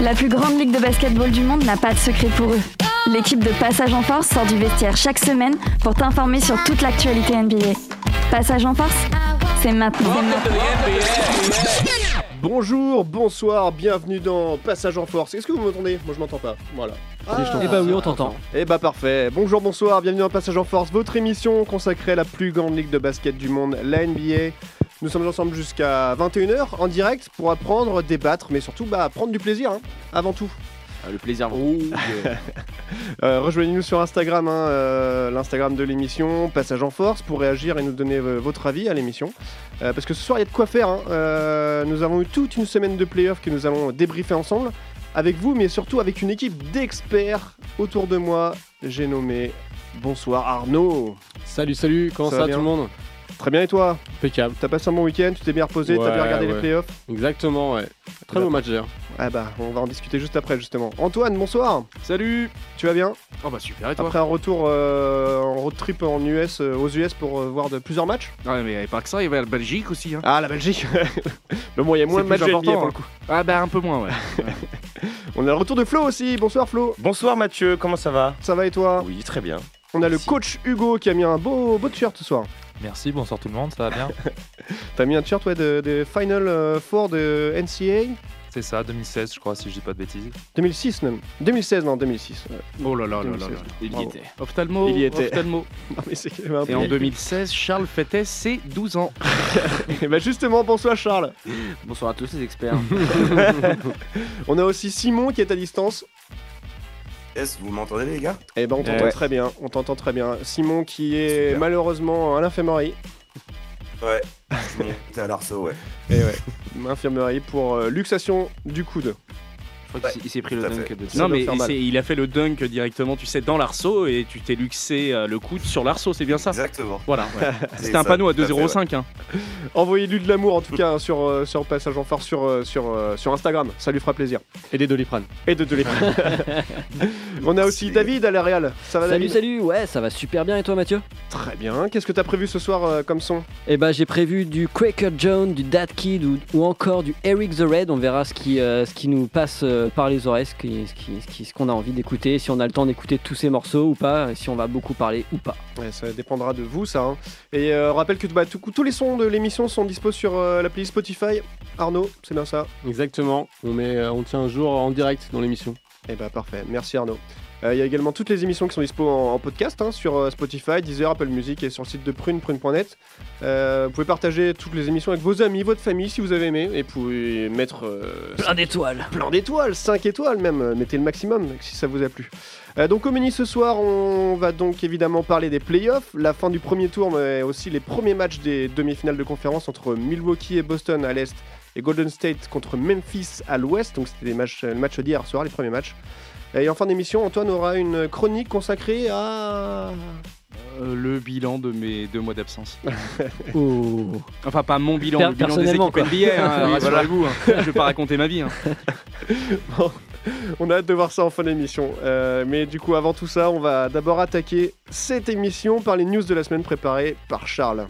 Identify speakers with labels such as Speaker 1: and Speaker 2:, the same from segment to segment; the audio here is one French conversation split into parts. Speaker 1: La plus grande ligue de basketball du monde n'a pas de secret pour eux. L'équipe de Passage en Force sort du vestiaire chaque semaine pour t'informer sur toute l'actualité NBA. Passage en Force, c'est maintenant.
Speaker 2: Bonjour, bonsoir, bienvenue dans Passage en Force. Est-ce que vous m'entendez Moi je m'entends pas. Voilà.
Speaker 3: Eh bah oui, on t'entend.
Speaker 2: Eh bah parfait. Bonjour, bonsoir, bienvenue dans Passage en Force, votre émission consacrée à la plus grande ligue de basket du monde, la NBA. Nous sommes ensemble jusqu'à 21h en direct pour apprendre, débattre, mais surtout bah, prendre du plaisir, hein, avant tout.
Speaker 4: Ah, le plaisir.
Speaker 2: Euh, Rejoignez-nous sur Instagram, hein, euh, l'Instagram de l'émission, Passage en Force, pour réagir et nous donner euh, votre avis à l'émission. Euh, parce que ce soir, il y a de quoi faire. hein. Euh, nous avons eu toute une semaine de playoffs que nous allons débriefer ensemble avec vous, mais surtout avec une équipe d'experts autour de moi. J'ai nommé. Bonsoir Arnaud.
Speaker 3: Salut, salut, comment
Speaker 2: Ça
Speaker 3: ça,
Speaker 2: va
Speaker 3: va tout
Speaker 2: bien
Speaker 3: le monde
Speaker 2: Très bien et toi
Speaker 3: Impeccable.
Speaker 2: T'as passé un bon week-end, tu t'es bien reposé, t'as bien
Speaker 3: Ouais,
Speaker 2: regardé les
Speaker 3: ouais.
Speaker 2: playoffs
Speaker 3: Exactement, ouais. Très beau match d'ailleurs.
Speaker 2: Ah bah, on va en discuter juste après justement. Antoine, bonsoir.
Speaker 4: Salut
Speaker 2: Tu vas bien
Speaker 4: Oh bah super, et toi
Speaker 2: Après un retour euh, en road trip en US euh, aux US pour euh, voir de plusieurs matchs
Speaker 4: Ouais, Ah, mais pas que ça, il va à la Belgique aussi. Hein.
Speaker 2: Ah, la Belgique Le moyen y a moins de
Speaker 4: C'est
Speaker 2: matchs
Speaker 4: plus
Speaker 2: de NBA
Speaker 4: important,
Speaker 2: pour le
Speaker 4: hein.
Speaker 2: coup.
Speaker 4: Ah bah un peu moins, ouais.
Speaker 2: On a le retour de Flo aussi. Bonsoir Flo.
Speaker 5: Bonsoir Mathieu, comment ça va
Speaker 2: Ça va et toi
Speaker 5: Oui, très bien.
Speaker 2: On a le
Speaker 5: Merci.
Speaker 2: coach Hugo qui a mis un beau, beau t-shirt ce soir.
Speaker 6: Merci, bonsoir tout le monde, ça va bien
Speaker 2: T'as mis un t-shirt ouais, de, de Final euh, Four de NCA
Speaker 6: C'est ça, 2016 je crois, si je dis pas de bêtises.
Speaker 2: 2006 même. 2016 non 2006. ouais.
Speaker 4: Oh là là là là là.
Speaker 2: 2016.
Speaker 4: Il
Speaker 2: Bravo.
Speaker 4: y était. Ophtalmo,
Speaker 2: Il y était.
Speaker 4: ophtalmo.
Speaker 2: Non, mais c'est quand même un
Speaker 4: Et
Speaker 2: peu-
Speaker 4: en 2016, Charles fêtait ses 12 ans.
Speaker 2: Eh ben justement bonsoir Charles.
Speaker 4: Bonsoir à tous les experts.
Speaker 2: On a aussi Simon qui est à distance.
Speaker 5: Est-ce que vous m'entendez les gars
Speaker 2: Eh ben on t'entend
Speaker 5: Ouais.
Speaker 2: très bien, on t'entend très bien. Simon qui est
Speaker 5: Super.
Speaker 2: malheureusement à l'infirmerie.
Speaker 5: Ouais. Je suis monté à l'arceau, ouais.
Speaker 2: Et Eh ouais, infirmerie pour euh, luxation du coude.
Speaker 4: Je crois qu'il s'est pris le
Speaker 5: Tout à fait.
Speaker 4: dunk de
Speaker 2: Ça
Speaker 7: Non
Speaker 2: doit
Speaker 7: mais
Speaker 2: faire mal.
Speaker 7: c'est- il a fait le dunk directement, tu sais, dans l'arceau et tu t'es luxé euh, le coude sur l'arceau, c'est bien ça
Speaker 5: Exactement.
Speaker 7: Voilà.
Speaker 5: C'est
Speaker 7: C'était un
Speaker 5: ça,
Speaker 7: panneau à
Speaker 5: tout fait,
Speaker 7: 2,05. Hein.
Speaker 2: Envoyez-lui de l'amour en tout cas hein, sur, euh, sur Passage en Force sur, euh, sur, euh, sur Instagram, ça lui fera plaisir.
Speaker 3: Et des doliprane.
Speaker 2: Et de tous les On a aussi David à la Real. Ça va
Speaker 3: Salut,
Speaker 2: David
Speaker 3: salut, ouais, ça va super bien et toi Mathieu
Speaker 2: Très bien. Qu'est-ce que t'as prévu ce soir euh, comme son
Speaker 3: Eh bah j'ai prévu du Quaker John, du Dad Kid ou, ou encore du Eric the Red, on verra ce qui, euh, ce qui nous passe euh, par les oreilles, ce qu'on ce qui, ce qui- ce qu'on a envie d'écouter, si on a le temps d'écouter tous ces morceaux ou pas, et si on va beaucoup parler ou pas.
Speaker 2: Ouais, Ça dépendra de vous ça. hein. Et euh, on rappelle que bah, tout- tous les sons de l'émission sont dispo sur euh, la playlist Spotify. Arnaud, c'est bien ça
Speaker 3: Exactement, on, met, euh, on tient un jour en direct dans l'émission.
Speaker 2: Eh bah parfait, merci Arnaud. Euh, Il y a également toutes les émissions qui sont dispo en, en podcast hein, sur euh, Spotify, Deezer, Apple Music et sur le site de Prune, prune.net. Euh, vous pouvez partager toutes les émissions avec vos amis, votre famille si vous avez aimé et vous pouvez mettre euh,
Speaker 3: Plein d'étoiles
Speaker 2: plein d'étoiles, 5 étoiles même, euh, mettez le maximum si ça vous a plu. Euh, donc au menu ce soir, on va donc évidemment parler des playoffs, la fin du premier tour, mais aussi les premiers matchs des demi-finales de conférence entre Milwaukee et Boston à l'est et Golden State contre Memphis à l'ouest. Donc c'était des matchs, le match d'hier soir, les premiers matchs. Et en fin d'émission, Antoine aura une chronique consacrée à...
Speaker 7: Euh, le bilan de mes deux mois d'absence.
Speaker 3: oh.
Speaker 7: Enfin pas mon bilan,
Speaker 3: Per-
Speaker 7: le bilan des
Speaker 3: personnellement,
Speaker 7: équipes NBA, hein,
Speaker 3: Oui,
Speaker 7: rassurez-vous, hein. je vais pas raconter ma vie. hein.
Speaker 2: On a hâte de voir ça en fin d'émission. Euh, mais du coup, avant tout ça, on va d'abord attaquer cette émission par les news de la semaine préparées par Charles.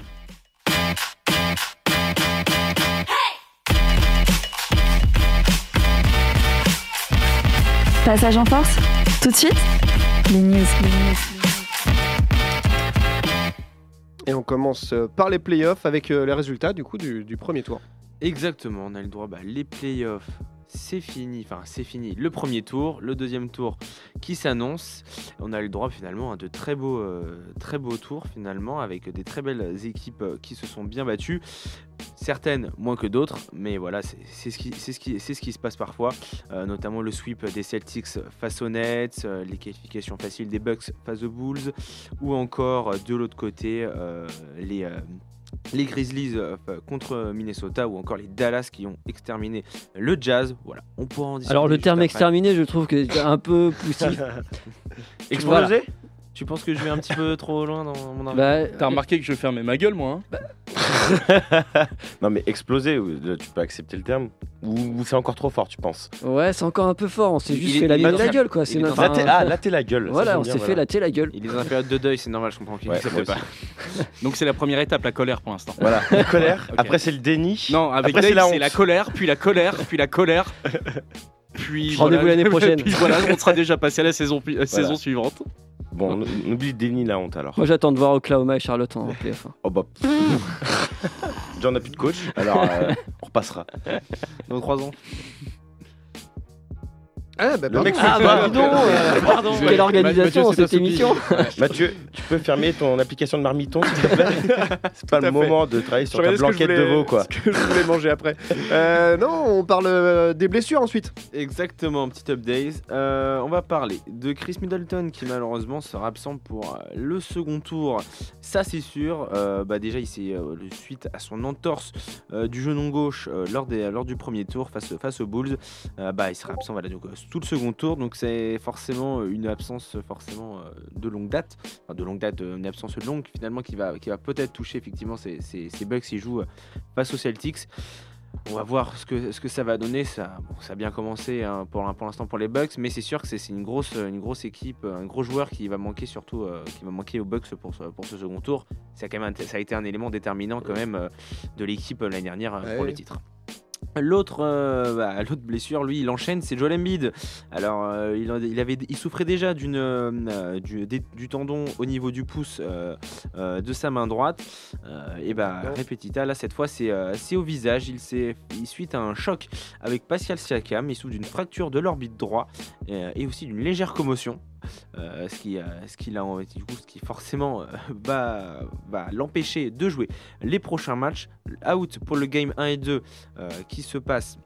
Speaker 1: Passage en Force, tout de suite, les news.
Speaker 2: Et on commence euh, par les playoffs avec euh, les résultats du coup du, du premier tour.
Speaker 4: Exactement, on a le droit, bah, les playoffs, c'est fini, enfin c'est fini, le premier tour, le deuxième tour qui s'annonce, on a le droit finalement à de très beaux, euh, très beaux tours finalement, avec des très belles équipes euh, qui se sont bien battues, certaines moins que d'autres, mais voilà, c'est c'est ce, qui- c'est ce, qui- c'est ce qui se passe parfois, Euh, notamment le sweep des Celtics face aux Nets, euh, les qualifications faciles des Bucks face aux Bulls, ou encore euh, de l'autre côté, euh, les... euh, les Grizzlies euh, f- contre Minnesota ou encore les Dallas qui ont exterminé le Jazz. Voilà, on pourra en discuter.
Speaker 3: Alors le
Speaker 4: juste
Speaker 3: terme
Speaker 4: après.
Speaker 3: exterminé, je trouve que c'est un peu poussif.
Speaker 4: Explosé
Speaker 3: Voilà.
Speaker 4: Tu penses que je vais un petit peu trop loin dans mon argument
Speaker 3: Bah,
Speaker 7: T'as remarqué que je fermais ma gueule moi. hein.
Speaker 5: Non mais exploser, ou- là, tu peux accepter le terme Ou, ou c'est encore trop fort, tu penses
Speaker 3: Ouais, c'est encore un peu fort. On s'est
Speaker 4: Il
Speaker 3: juste
Speaker 4: est-
Speaker 3: fait la
Speaker 4: il est
Speaker 3: mise
Speaker 4: dans
Speaker 3: de la
Speaker 4: sa-
Speaker 3: gueule, quoi.
Speaker 4: il
Speaker 3: C'est
Speaker 4: est dans
Speaker 3: notre-
Speaker 4: sa
Speaker 5: Là t'es
Speaker 3: enfin,
Speaker 5: ah, là, t'es la gueule. ça,
Speaker 3: Voilà,
Speaker 5: j'aime
Speaker 3: on
Speaker 5: bien,
Speaker 3: s'est fait la thé la gueule.
Speaker 4: Il est dans la période de deuil, c'est normal, je comprends qu'il
Speaker 5: Ouais,
Speaker 4: accepte
Speaker 5: moi
Speaker 4: pas.
Speaker 7: Donc c'est la première étape, la colère pour l'instant.
Speaker 5: Voilà, la colère,
Speaker 7: Ok.
Speaker 5: après c'est le déni.
Speaker 7: Non, avec
Speaker 5: Après, c'est
Speaker 7: Dave,
Speaker 5: la
Speaker 7: c'est
Speaker 5: honte.
Speaker 7: la colère, puis la colère, puis la colère. Puis
Speaker 3: Rendez-vous
Speaker 7: voilà.
Speaker 3: l'année prochaine.
Speaker 7: Puis voilà, on sera déjà
Speaker 2: Ah,
Speaker 7: passé à la saison, pi- euh,
Speaker 5: Voilà.
Speaker 7: saison suivante.
Speaker 5: Bon, on- on oublie Denis la honte alors.
Speaker 3: Moi, j'attends de voir Oklahoma et Charlotte en playoff. hein.
Speaker 5: Oh bah. pff. Déjà, on n'a plus de coach, alors euh, on repassera.
Speaker 4: Dans 3 ans.
Speaker 2: Ah, bah,
Speaker 5: Le mec
Speaker 3: Ah, bah, dis donc, euh,
Speaker 7: Pardon.
Speaker 3: Quelle organisation
Speaker 8: Mathieu, c'est
Speaker 3: cette
Speaker 8: toi,
Speaker 3: émission
Speaker 5: Mathieu, tu peux fermer ton application de marmiton, s'il te plaît C'est pas
Speaker 2: Tout à
Speaker 5: le
Speaker 2: fait.
Speaker 5: moment de travailler sur ta
Speaker 2: regardais ce que je
Speaker 5: blanquette de
Speaker 2: voulais-
Speaker 5: veau, quoi.
Speaker 2: Ce que je voulais manger après. Euh, non, on parle euh, des blessures ensuite.
Speaker 4: Exactement, petit update. Euh, on va parler de Chris Middleton qui malheureusement sera absent pour euh, le second tour. Ça c'est sûr. Euh, bah, déjà, il s'est euh, le- suite à son entorse euh, du genou gauche euh, lors, des, lors du premier tour face, face aux Bulls. euh, bah, il sera absent voilà, donc, euh, tout le second tour. Donc c'est forcément euh, une absence euh, forcément euh, de longue date. Enfin, de longue date, euh, une absence longue finalement qui va, qui va peut-être toucher effectivement ces, ces, ces Bucks s'ils jouent euh, face aux Celtics. On va voir ce que, ce que ça va donner. Ça, bon, ça a bien commencé hein, pour, l'in- pour l'instant pour les Bucks, mais c'est sûr que c'est c'est une grosse, une grosse équipe, euh, un gros joueur qui va manquer surtout, euh, qui va manquer aux Bucks pour ce, pour ce second tour. Ça a, quand même, un- ça a été un élément déterminant quand même euh, de l'équipe euh, l'année dernière euh, pour
Speaker 2: Ouais.
Speaker 4: le titre. L'autre, euh, bah, l'autre blessure, lui, il enchaîne, c'est Joel Embiid. Alors, euh, il, en- il avait, il souffrait déjà d'une, euh, du, des- du tendon au niveau du pouce euh, euh, de sa main droite. Euh, et bah, Repetita, là, cette fois, c'est euh, c'est au visage. Il s'est il- suite à un choc avec Pascal Siakam. Il souffre d'une fracture de l'orbite droit euh, et aussi d'une légère commotion. Euh, ce, qui, euh, ce, qui l'a- du coup, ce qui forcément euh, va, va l'empêcher de jouer les prochains matchs. Out pour le game 1 et 2 euh, qui se passe.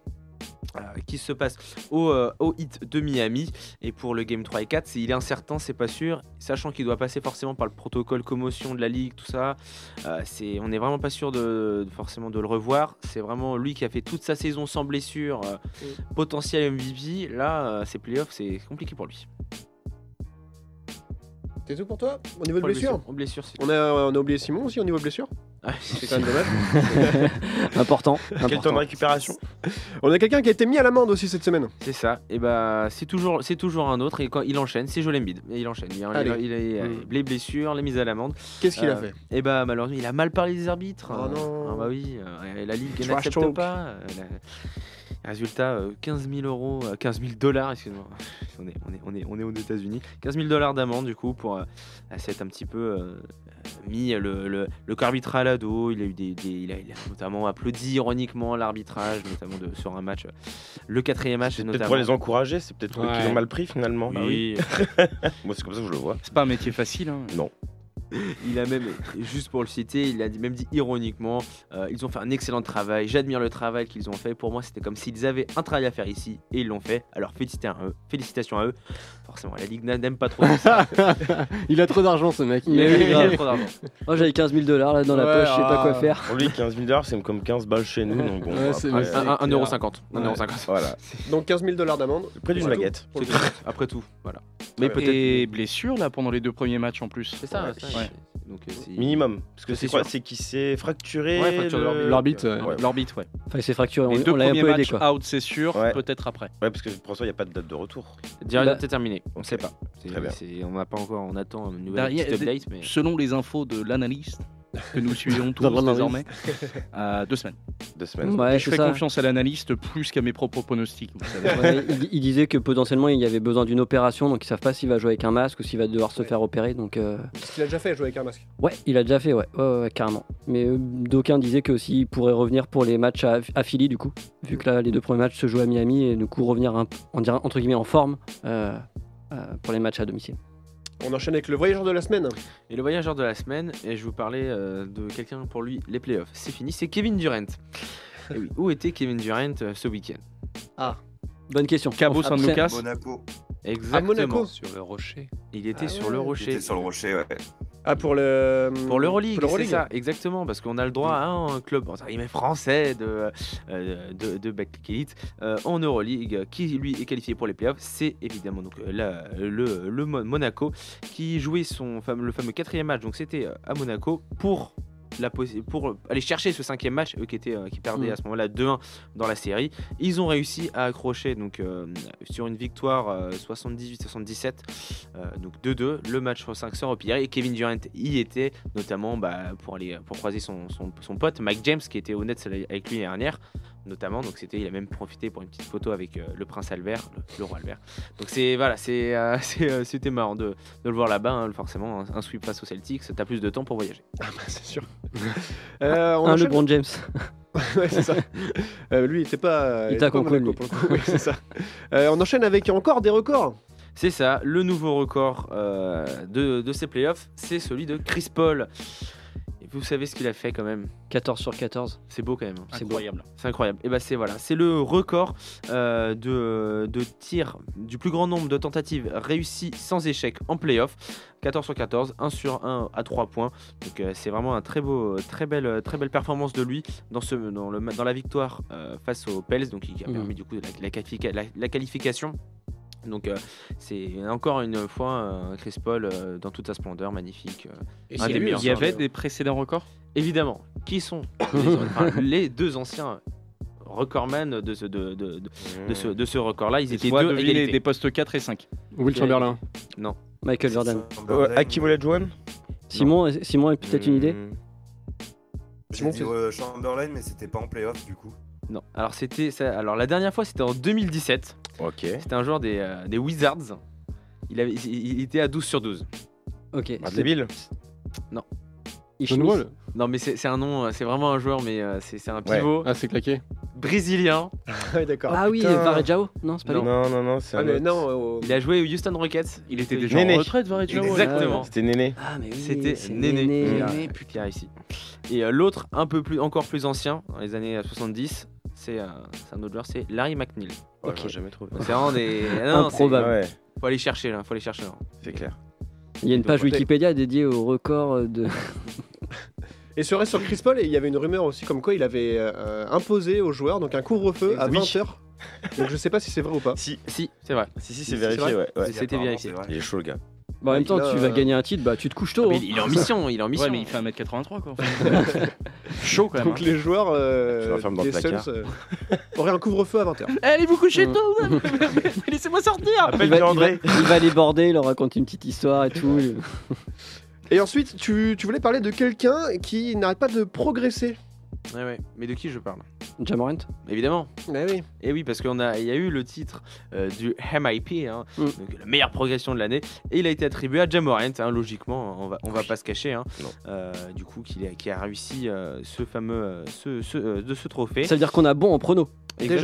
Speaker 4: euh, qui se passe au, euh, au hit de Miami et pour le game 3 et 4 c'est- il est incertain c'est pas sûr sachant qu'il doit passer forcément par le protocole commotion de la ligue tout ça euh, c'est- on n'est vraiment pas sûr de, de- forcément de le revoir. C'est vraiment lui qui a fait toute sa saison sans blessure, euh,
Speaker 2: Mm.
Speaker 4: potentiel MVP. Là, ces playoffs, c'est compliqué pour lui.
Speaker 2: C'est tout pour toi Au niveau de
Speaker 4: Pour les
Speaker 2: blessures
Speaker 4: blessures, aux blessures, c'est-
Speaker 2: on a, euh, on a oublié Simon aussi au niveau blessures.
Speaker 4: Ah,
Speaker 2: C'est quand même dommage.
Speaker 3: Important.
Speaker 5: Quel temps de
Speaker 3: important.
Speaker 5: récupération
Speaker 2: On a quelqu'un qui a été mis à l'amende aussi cette semaine.
Speaker 4: c'est ça. Et bah, c'est toujours, c'est toujours un autre. Et quand il enchaîne, c'est Joel Embiid. Et il enchaîne. Il, il-
Speaker 2: Allez.
Speaker 4: il est-
Speaker 2: Mm.
Speaker 4: les blessures, les mises à l'amende.
Speaker 2: Qu'est-ce qu'il a
Speaker 4: Euh,
Speaker 2: fait
Speaker 4: Et bah, malheureusement, il a mal parlé des arbitres.
Speaker 2: Oh
Speaker 4: Euh,
Speaker 2: non.
Speaker 4: Ah bah oui. euh, et la ligue
Speaker 2: Trash
Speaker 4: n'accepte
Speaker 2: talk.
Speaker 4: pas. Euh, la- Résultat, euh, 15 000 euros, euh, 15 000 dollars, excuse-moi. On est, on est, on est, on est aux États-Unis. 15 000 dollars d'amende, du coup, pour euh, s'être un petit peu euh, mis le, le, le corps arbitral à dos. Il a, eu des, des- il, a, il a notamment applaudi ironiquement l'arbitrage, notamment de, sur un match. euh, Le quatrième match,
Speaker 5: C'est
Speaker 4: notamment.
Speaker 5: peut-être pour les encourager, c'est peut-être eux qui
Speaker 8: Ouais.
Speaker 5: l'ont mal pris finalement.
Speaker 4: Bah oui.
Speaker 5: Moi, c'est comme ça que je le vois.
Speaker 8: C'est pas un métier facile. Hein.
Speaker 4: Il a même, juste pour le citer, il a dit- même dit ironiquement, euh, ils ont fait un excellent travail, j'admire le travail qu'ils ont fait, pour moi c'était comme s'ils avaient un travail à faire ici, et ils l'ont fait, alors félicitations à eux, félicitations à eux. Forcément, la Ligue n'a- n'aime pas trop ça.
Speaker 8: Il a trop d'argent ce mec.
Speaker 3: Mais oui,
Speaker 4: Il a
Speaker 3: grave.
Speaker 4: trop d'argent.
Speaker 3: Moi, j'avais 15 000 dollars là dans la
Speaker 8: Ouais,
Speaker 3: poche, je sais pas
Speaker 8: ah.
Speaker 3: quoi faire.
Speaker 5: Pour lui, 15 000 dollars, c'est comme 15 balles chez nous. Donc bon,
Speaker 8: Ouais, c'est-
Speaker 5: après,
Speaker 8: c'est-
Speaker 5: euh,
Speaker 4: Un- un- 1,50€.
Speaker 5: Ouais.
Speaker 4: 1,50€.
Speaker 5: Voilà,
Speaker 2: Donc 15 000 dollars d'amende.
Speaker 5: près d'une
Speaker 2: Voilà.
Speaker 5: baguette.
Speaker 4: C'est tout. Après tout, voilà. Mais
Speaker 8: Et
Speaker 4: peut-être.
Speaker 8: blessure là pendant les deux premiers matchs en plus.
Speaker 4: C'est ça, c'est ça.
Speaker 8: Ouais.
Speaker 4: Donc, euh, c'est-
Speaker 5: Minimum. Parce que
Speaker 4: C'est
Speaker 5: c'est quoi
Speaker 4: sûr.
Speaker 5: C'est qu'il s'est fracturé.
Speaker 4: Ouais, fracture de
Speaker 5: le-
Speaker 4: l'orbite.
Speaker 8: L'orbite, ouais.
Speaker 5: Ouais.
Speaker 8: l'orbite, ouais.
Speaker 3: Enfin, il s'est fracturé,
Speaker 8: Les
Speaker 3: on,
Speaker 8: deux
Speaker 3: on l'a un
Speaker 8: premiers
Speaker 3: peu aidé
Speaker 8: matchs
Speaker 3: quoi.
Speaker 8: out, c'est sûr.
Speaker 5: Ouais.
Speaker 8: Peut-être après.
Speaker 5: Ouais, parce que pour ça, il n'y a pas de date de retour.
Speaker 4: Direct
Speaker 3: Bah-
Speaker 4: déterminé, on sait pas. C'est-
Speaker 5: Très bien.
Speaker 4: c'est- On n'a pas encore, on attend une nouvelle
Speaker 8: Derrière-
Speaker 4: petite update, mais.
Speaker 8: Selon les infos de l'analyste que nous suivons tous
Speaker 3: Dans
Speaker 8: désormais, à deux semaines.
Speaker 5: Deux semaines.
Speaker 3: Ouais,
Speaker 8: je
Speaker 3: c'est
Speaker 8: fais
Speaker 3: ça.
Speaker 8: confiance à l'analyste plus qu'à mes propres pronostics. vous savez.
Speaker 3: Ouais, il, il disait que potentiellement il y avait besoin d'une opération, donc ils savent pas s'il va jouer avec un masque ou s'il va devoir se
Speaker 2: Ouais.
Speaker 3: faire opérer. Donc euh,
Speaker 2: Parce qu'il a déjà fait jouer avec un masque.
Speaker 3: ouais, il a déjà fait, ouais, ouais, ouais, ouais, carrément. Mais euh, d'aucuns disaient que aussi il pourrait revenir pour les matchs à, à Philly du coup, vu que là les deux premiers matchs se jouent à Miami et du coup revenir un, on dirait, entre guillemets en forme euh, euh, pour les matchs à domicile.
Speaker 2: On enchaîne avec le voyageur de la semaine.
Speaker 4: Et le voyageur de la semaine, et je vous parlais euh, de quelqu'un pour lui, les playoffs, c'est fini, c'est Kevin Durant. Et oui, où était Kevin Durant euh, ce week-end
Speaker 3: Bonne question.
Speaker 8: Cabo
Speaker 3: Après-
Speaker 8: San Lucas.
Speaker 9: Monaco.
Speaker 2: À
Speaker 4: Exactement.
Speaker 2: Monaco.
Speaker 8: Sur le rocher.
Speaker 4: Il était
Speaker 2: Ah
Speaker 4: sur
Speaker 2: ouais.
Speaker 4: le
Speaker 9: J'étais
Speaker 4: rocher.
Speaker 9: sur le rocher, ouais.
Speaker 2: Ah, pour le.
Speaker 4: Pour l'Euroleague,
Speaker 2: Pour
Speaker 4: c'est ça, exactement, parce qu'on a le droit à un club entre guillemets, français de, euh, de, de Betclic Elite euh, en Euroleague qui lui est qualifié pour les playoffs. C'est évidemment donc, euh, la- le, le Mon- Monaco qui jouait son fameux, le fameux quatrième match, donc c'était euh, à Monaco pour. La possi- pour aller chercher ce cinquième match, eux qui, étaient, euh, qui perdaient
Speaker 3: Mm.
Speaker 4: à ce moment-là 2-1 dans la série, ils ont réussi à accrocher donc, euh, sur une victoire euh, 78-77 euh, donc 2-2, le match 5 sort au pire et Kevin Durant y était, notamment bah, pour, aller, pour croiser son, son, son pote Mike James qui était honnête avec lui l'année dernière. notamment. Donc c'était, il a même profité pour une petite photo avec euh, le prince Albert, le, le roi Albert. Donc c'est voilà, c'est, euh, c'est, euh, c'était marrant de, de le voir là-bas. hein. forcément, un, un sweep face aux Celtics, t'as plus de temps pour voyager.
Speaker 2: Ah, bah, c'est sûr. Euh, on
Speaker 3: Un
Speaker 2: enchaîne-
Speaker 3: LeBron James.
Speaker 2: Ouais, c'est ça. Euh, lui, il était pas.
Speaker 3: Il
Speaker 2: était
Speaker 3: t'a
Speaker 2: pas au
Speaker 3: concouru,
Speaker 2: Monaco, pour le coup. Oui, c'est ça. Euh, on enchaîne avec encore des records.
Speaker 4: C'est ça, le nouveau record euh, de, de ces playoffs, c'est celui de Chris Paul. Et vous savez ce qu'il a fait quand même.
Speaker 3: 14 sur 14.
Speaker 4: C'est beau quand même. hein.
Speaker 3: C'est beau.
Speaker 8: Incroyable.
Speaker 4: C'est incroyable. Et bah c'est voilà, c'est le record euh, de, de tirs du plus grand nombre de tentatives réussies sans échec en playoff. 14 sur 14, 1 sur 1 à 3 points. Donc euh, c'est vraiment un très beau, très belle, très belle performance de lui dans, ce, dans, le, ma- dans la victoire euh, face aux Pels, donc qui a
Speaker 3: Mhm.
Speaker 4: permis du coup la, la qualifica- la- la qualification. Donc euh, c'est encore une fois euh, Chris Paul euh, dans toute sa splendeur, magnifique. euh,
Speaker 8: Et
Speaker 4: Un
Speaker 8: c'est
Speaker 4: des
Speaker 8: lui,
Speaker 4: meilleurs
Speaker 8: il y avait
Speaker 4: joueurs de-
Speaker 8: des précédents records
Speaker 4: évidemment, qui sont les, enfin, les deux anciens recordman de ce, de, de- de- de ce, de ce record-là. Ils étaient
Speaker 8: Laisse-moi
Speaker 4: deux à
Speaker 8: deviner
Speaker 4: égalité.
Speaker 8: des postes 4 et 5.
Speaker 3: Will
Speaker 4: Chamberlain.
Speaker 3: Michael Jordan.
Speaker 5: Euh, Hakim Olajuwon Hmm.
Speaker 3: Simon, est- Simon a peut-être une idée
Speaker 2: Simon,
Speaker 9: J'ai dit,
Speaker 2: tu-
Speaker 9: euh, Chamberlain, mais c'était pas en playoff du coup.
Speaker 4: Non. Alors c'était ça- alors la dernière fois c'était en 2017.
Speaker 5: Ok.
Speaker 4: C'était un joueur des, euh, des Wizards. Il, avait, il, il était à 12 sur 12.
Speaker 3: Ok.
Speaker 5: Bah, débile.
Speaker 3: Ishmi.
Speaker 10: John Wall
Speaker 4: Non mais c'est c'est un nom, euh, c'est vraiment un joueur mais euh, c'est c'est un
Speaker 5: Ouais.
Speaker 4: pivot
Speaker 10: Ah, c'est claqué.
Speaker 4: brésilien.
Speaker 2: Ouais, d'accord.
Speaker 3: Ah oui,
Speaker 5: putain.
Speaker 3: Varejao Non, c'est pas
Speaker 5: Non,
Speaker 3: lui.
Speaker 5: non, non, c'est
Speaker 2: Ah,
Speaker 5: un
Speaker 2: mais
Speaker 5: autre.
Speaker 2: non, euh,
Speaker 4: Il a joué aux Houston Rockets.
Speaker 8: Il était
Speaker 4: C'était-
Speaker 8: déjà en
Speaker 5: Néné.
Speaker 8: retraite, Varejao.
Speaker 4: Exactement.
Speaker 5: C'était Néné.
Speaker 3: Ah, mais oui.
Speaker 4: C'était
Speaker 3: c'est
Speaker 4: Néné,
Speaker 3: Néné.
Speaker 4: qui a- qui a ici. Et euh, l'autre, un peu plus, encore plus ancien, dans les années 70, c'est euh, c'est un autre joueur, c'est Larry McNeil.
Speaker 5: Oh,
Speaker 3: Ok.
Speaker 5: j'aurais jamais trouvé.
Speaker 4: C'est vraiment des. Non, non, c'est-
Speaker 3: Improbable.
Speaker 5: Ouais,
Speaker 4: Faut aller chercher là, faut aller chercher hein. là.
Speaker 5: c'est clair.
Speaker 3: Il y a une page
Speaker 2: Ouais.
Speaker 3: Wikipédia dédiée au record de.
Speaker 2: Et serait sur Chris Paul, et il y avait une rumeur aussi comme quoi il avait euh, imposé aux joueurs donc un couvre-feu à
Speaker 5: Oui.
Speaker 2: 20h. Donc je sais pas si c'est vrai ou pas.
Speaker 5: Si,
Speaker 4: Si, c'est vrai.
Speaker 5: si, si,
Speaker 2: C'est
Speaker 5: c'est vérifié, ouais. ouais.
Speaker 4: C'était
Speaker 9: Apparemment,
Speaker 4: vérifié. Ah,
Speaker 9: c'est vrai.
Speaker 5: Il est chaud, le gars.
Speaker 3: Bah, en même
Speaker 2: il
Speaker 3: temps,
Speaker 2: a-
Speaker 3: tu vas gagner un titre, bah tu te couches tôt.
Speaker 4: Mais
Speaker 3: hein.
Speaker 4: il, il est en mission, il est en mission.
Speaker 8: Ouais, mais il fait 1m83 quoi. Chaud quand
Speaker 3: hein.
Speaker 8: même. hein.
Speaker 2: Donc les joueurs euh,
Speaker 5: Je l'enferme dans
Speaker 2: des
Speaker 5: le placard.
Speaker 2: Suns euh, auraient un couvre-feu à 20h.
Speaker 8: Allez vous coucher
Speaker 3: Mm.
Speaker 8: tôt, ouais, mais- mais- mais laissez-moi sortir.
Speaker 5: Appelle
Speaker 3: va-
Speaker 5: André.
Speaker 3: Il va les border, il leur raconte une petite histoire et tout.
Speaker 2: Et ensuite, tu, tu voulais parler de quelqu'un qui n'arrête pas de progresser.
Speaker 4: Ouais, ouais. Mais de qui je parle
Speaker 3: Jamorant
Speaker 4: Évidemment.
Speaker 2: Ah oui.
Speaker 4: Et oui, parce qu'on a, il y a eu le titre euh, du MIP, hein,
Speaker 3: Mm.
Speaker 4: donc la meilleure progression de l'année, et il a été attribué à Jamorant, hein, logiquement, on va, on va pas se cacher, hein,
Speaker 5: Non.
Speaker 4: Euh, du coup, qu'il a- qui a réussi euh, ce fameux, euh, ce, ce- euh, de ce trophée.
Speaker 3: Ça veut dire qu'on a bon en prono.
Speaker 2: Déjà.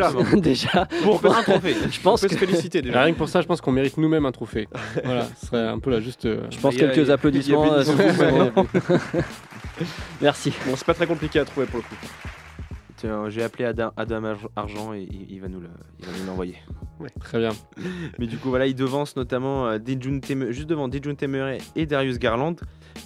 Speaker 4: Exactement.
Speaker 3: Déjà,
Speaker 4: pour un trophée.
Speaker 3: je pense
Speaker 2: On peut se
Speaker 3: que.
Speaker 2: féliciter déjà.
Speaker 10: Rien que pour ça, je pense qu'on mérite nous-mêmes un trophée. voilà, ce serait un peu la juste. euh,
Speaker 3: Je pense
Speaker 8: Il y a- il
Speaker 3: quelques
Speaker 8: y a
Speaker 3: applaudissements. euh,
Speaker 2: bénédiction.
Speaker 3: sur- Merci.
Speaker 2: Bon, c'est pas très compliqué à trouver pour le coup.
Speaker 4: Tiens, j'ai appelé Adam, Adam Ar- Argent et il, il va nous le- il va nous l'envoyer.
Speaker 10: Très bien.
Speaker 4: Mais du coup, voilà, il devance notamment euh, Dejun Teme- juste devant Dejun Temeray et Darius Garland.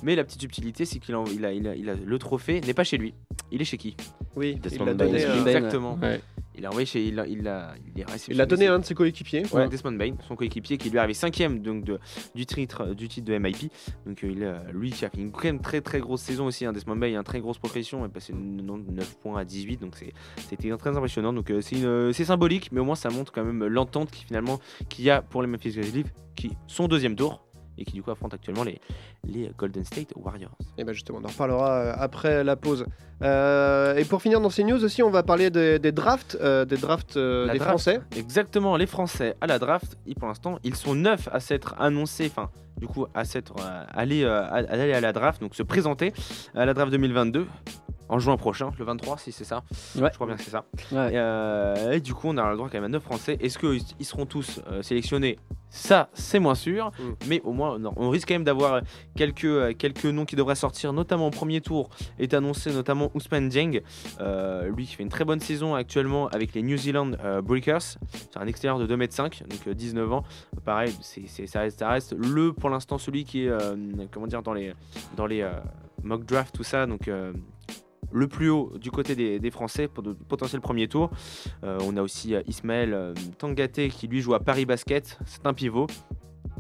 Speaker 4: Mais la petite subtilité, c'est qu'il en- il a, il a- il a- le trophée n'est pas chez lui. Il est chez qui
Speaker 2: Oui, il
Speaker 5: Desmond
Speaker 2: l'a donné,
Speaker 5: Bain.
Speaker 2: euh,
Speaker 3: Bain,
Speaker 4: Exactement.
Speaker 10: Ouais.
Speaker 4: Il a envoyé chez, il l'a, il l'a- il est réceptionné.
Speaker 2: il l'a donné hein, à un de ses coéquipiers.
Speaker 4: Ouais, Desmond Bain, son coéquipier qui lui est arrivé cinquième donc de, du titre euh, du titre de MIP. Donc euh, il, euh, lui qui a fait une quand même très très grosse saison aussi. Hein, Desmond Bain, une très grosse progression, il est passé de 9 points à 18, donc c'est c'était très impressionnant. Donc euh, c'est une- euh, c'est symbolique, mais au moins ça montre quand même l'entente qui finalement qu'il y a pour les Memphis Grizzlies qui sont deuxième tour et qui du coup affrontent actuellement les les Golden State Warriors.
Speaker 2: Et ben justement, on en reparlera euh, après la pause. Euh, et pour finir dans ces news aussi, on va parler des, des drafts, euh, des drafts euh,
Speaker 4: La
Speaker 2: des
Speaker 4: draft.
Speaker 2: Français.
Speaker 4: Exactement, les Français à la draft, ils, pour l'instant, ils sont neuf à s'être annoncés, enfin, du coup, à s'être euh, allés, euh, à, à aller à la draft, donc se présenter à la draft 2022 en juin prochain, le 23, si c'est ça.
Speaker 3: Ouais.
Speaker 4: Je crois bien que c'est ça.
Speaker 3: Ouais.
Speaker 4: Et, euh, et du coup, on aura le droit quand même à 9 Français. Est-ce qu'ils ils seront tous euh, sélectionnés Ça, c'est moins sûr.
Speaker 2: Mm.
Speaker 4: Mais au moins, non, on risque quand même d'avoir euh, quelques, euh, quelques noms qui devraient sortir, notamment au premier tour. Est annoncé notamment Ousmane Dieng, euh, lui qui fait une très bonne saison actuellement avec les New Zealand euh, Breakers. C'est un extérieur de 2m5, donc euh, 19 ans. Pareil, c'est, c'est- ça, reste, ça reste le, pour l'instant, celui qui est, euh, comment dire, dans les, dans les euh, mock draft, tout ça. Donc. euh, le plus haut du côté des, des Français pour de potentiel premier tour. Euh, on a aussi euh, Ismaël euh, Tangaté qui lui joue à Paris Basket, c'est un pivot.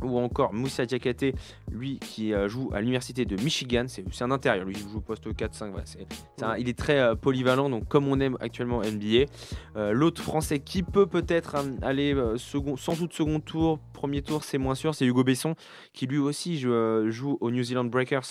Speaker 4: Ou encore Moussa Diakate, lui qui euh, joue à l'université de Michigan, c'est c'est un intérieur, lui il joue au poste 4-5, voilà, c'est- c'est un- il est très euh, polyvalent, donc comme on aime actuellement NBA. Euh, L'autre français qui peut peut-être hein, aller euh, second, sans doute second tour, premier tour, c'est moins sûr, c'est Hugo Besson qui lui aussi joue, euh, joue au New Zealand Breakers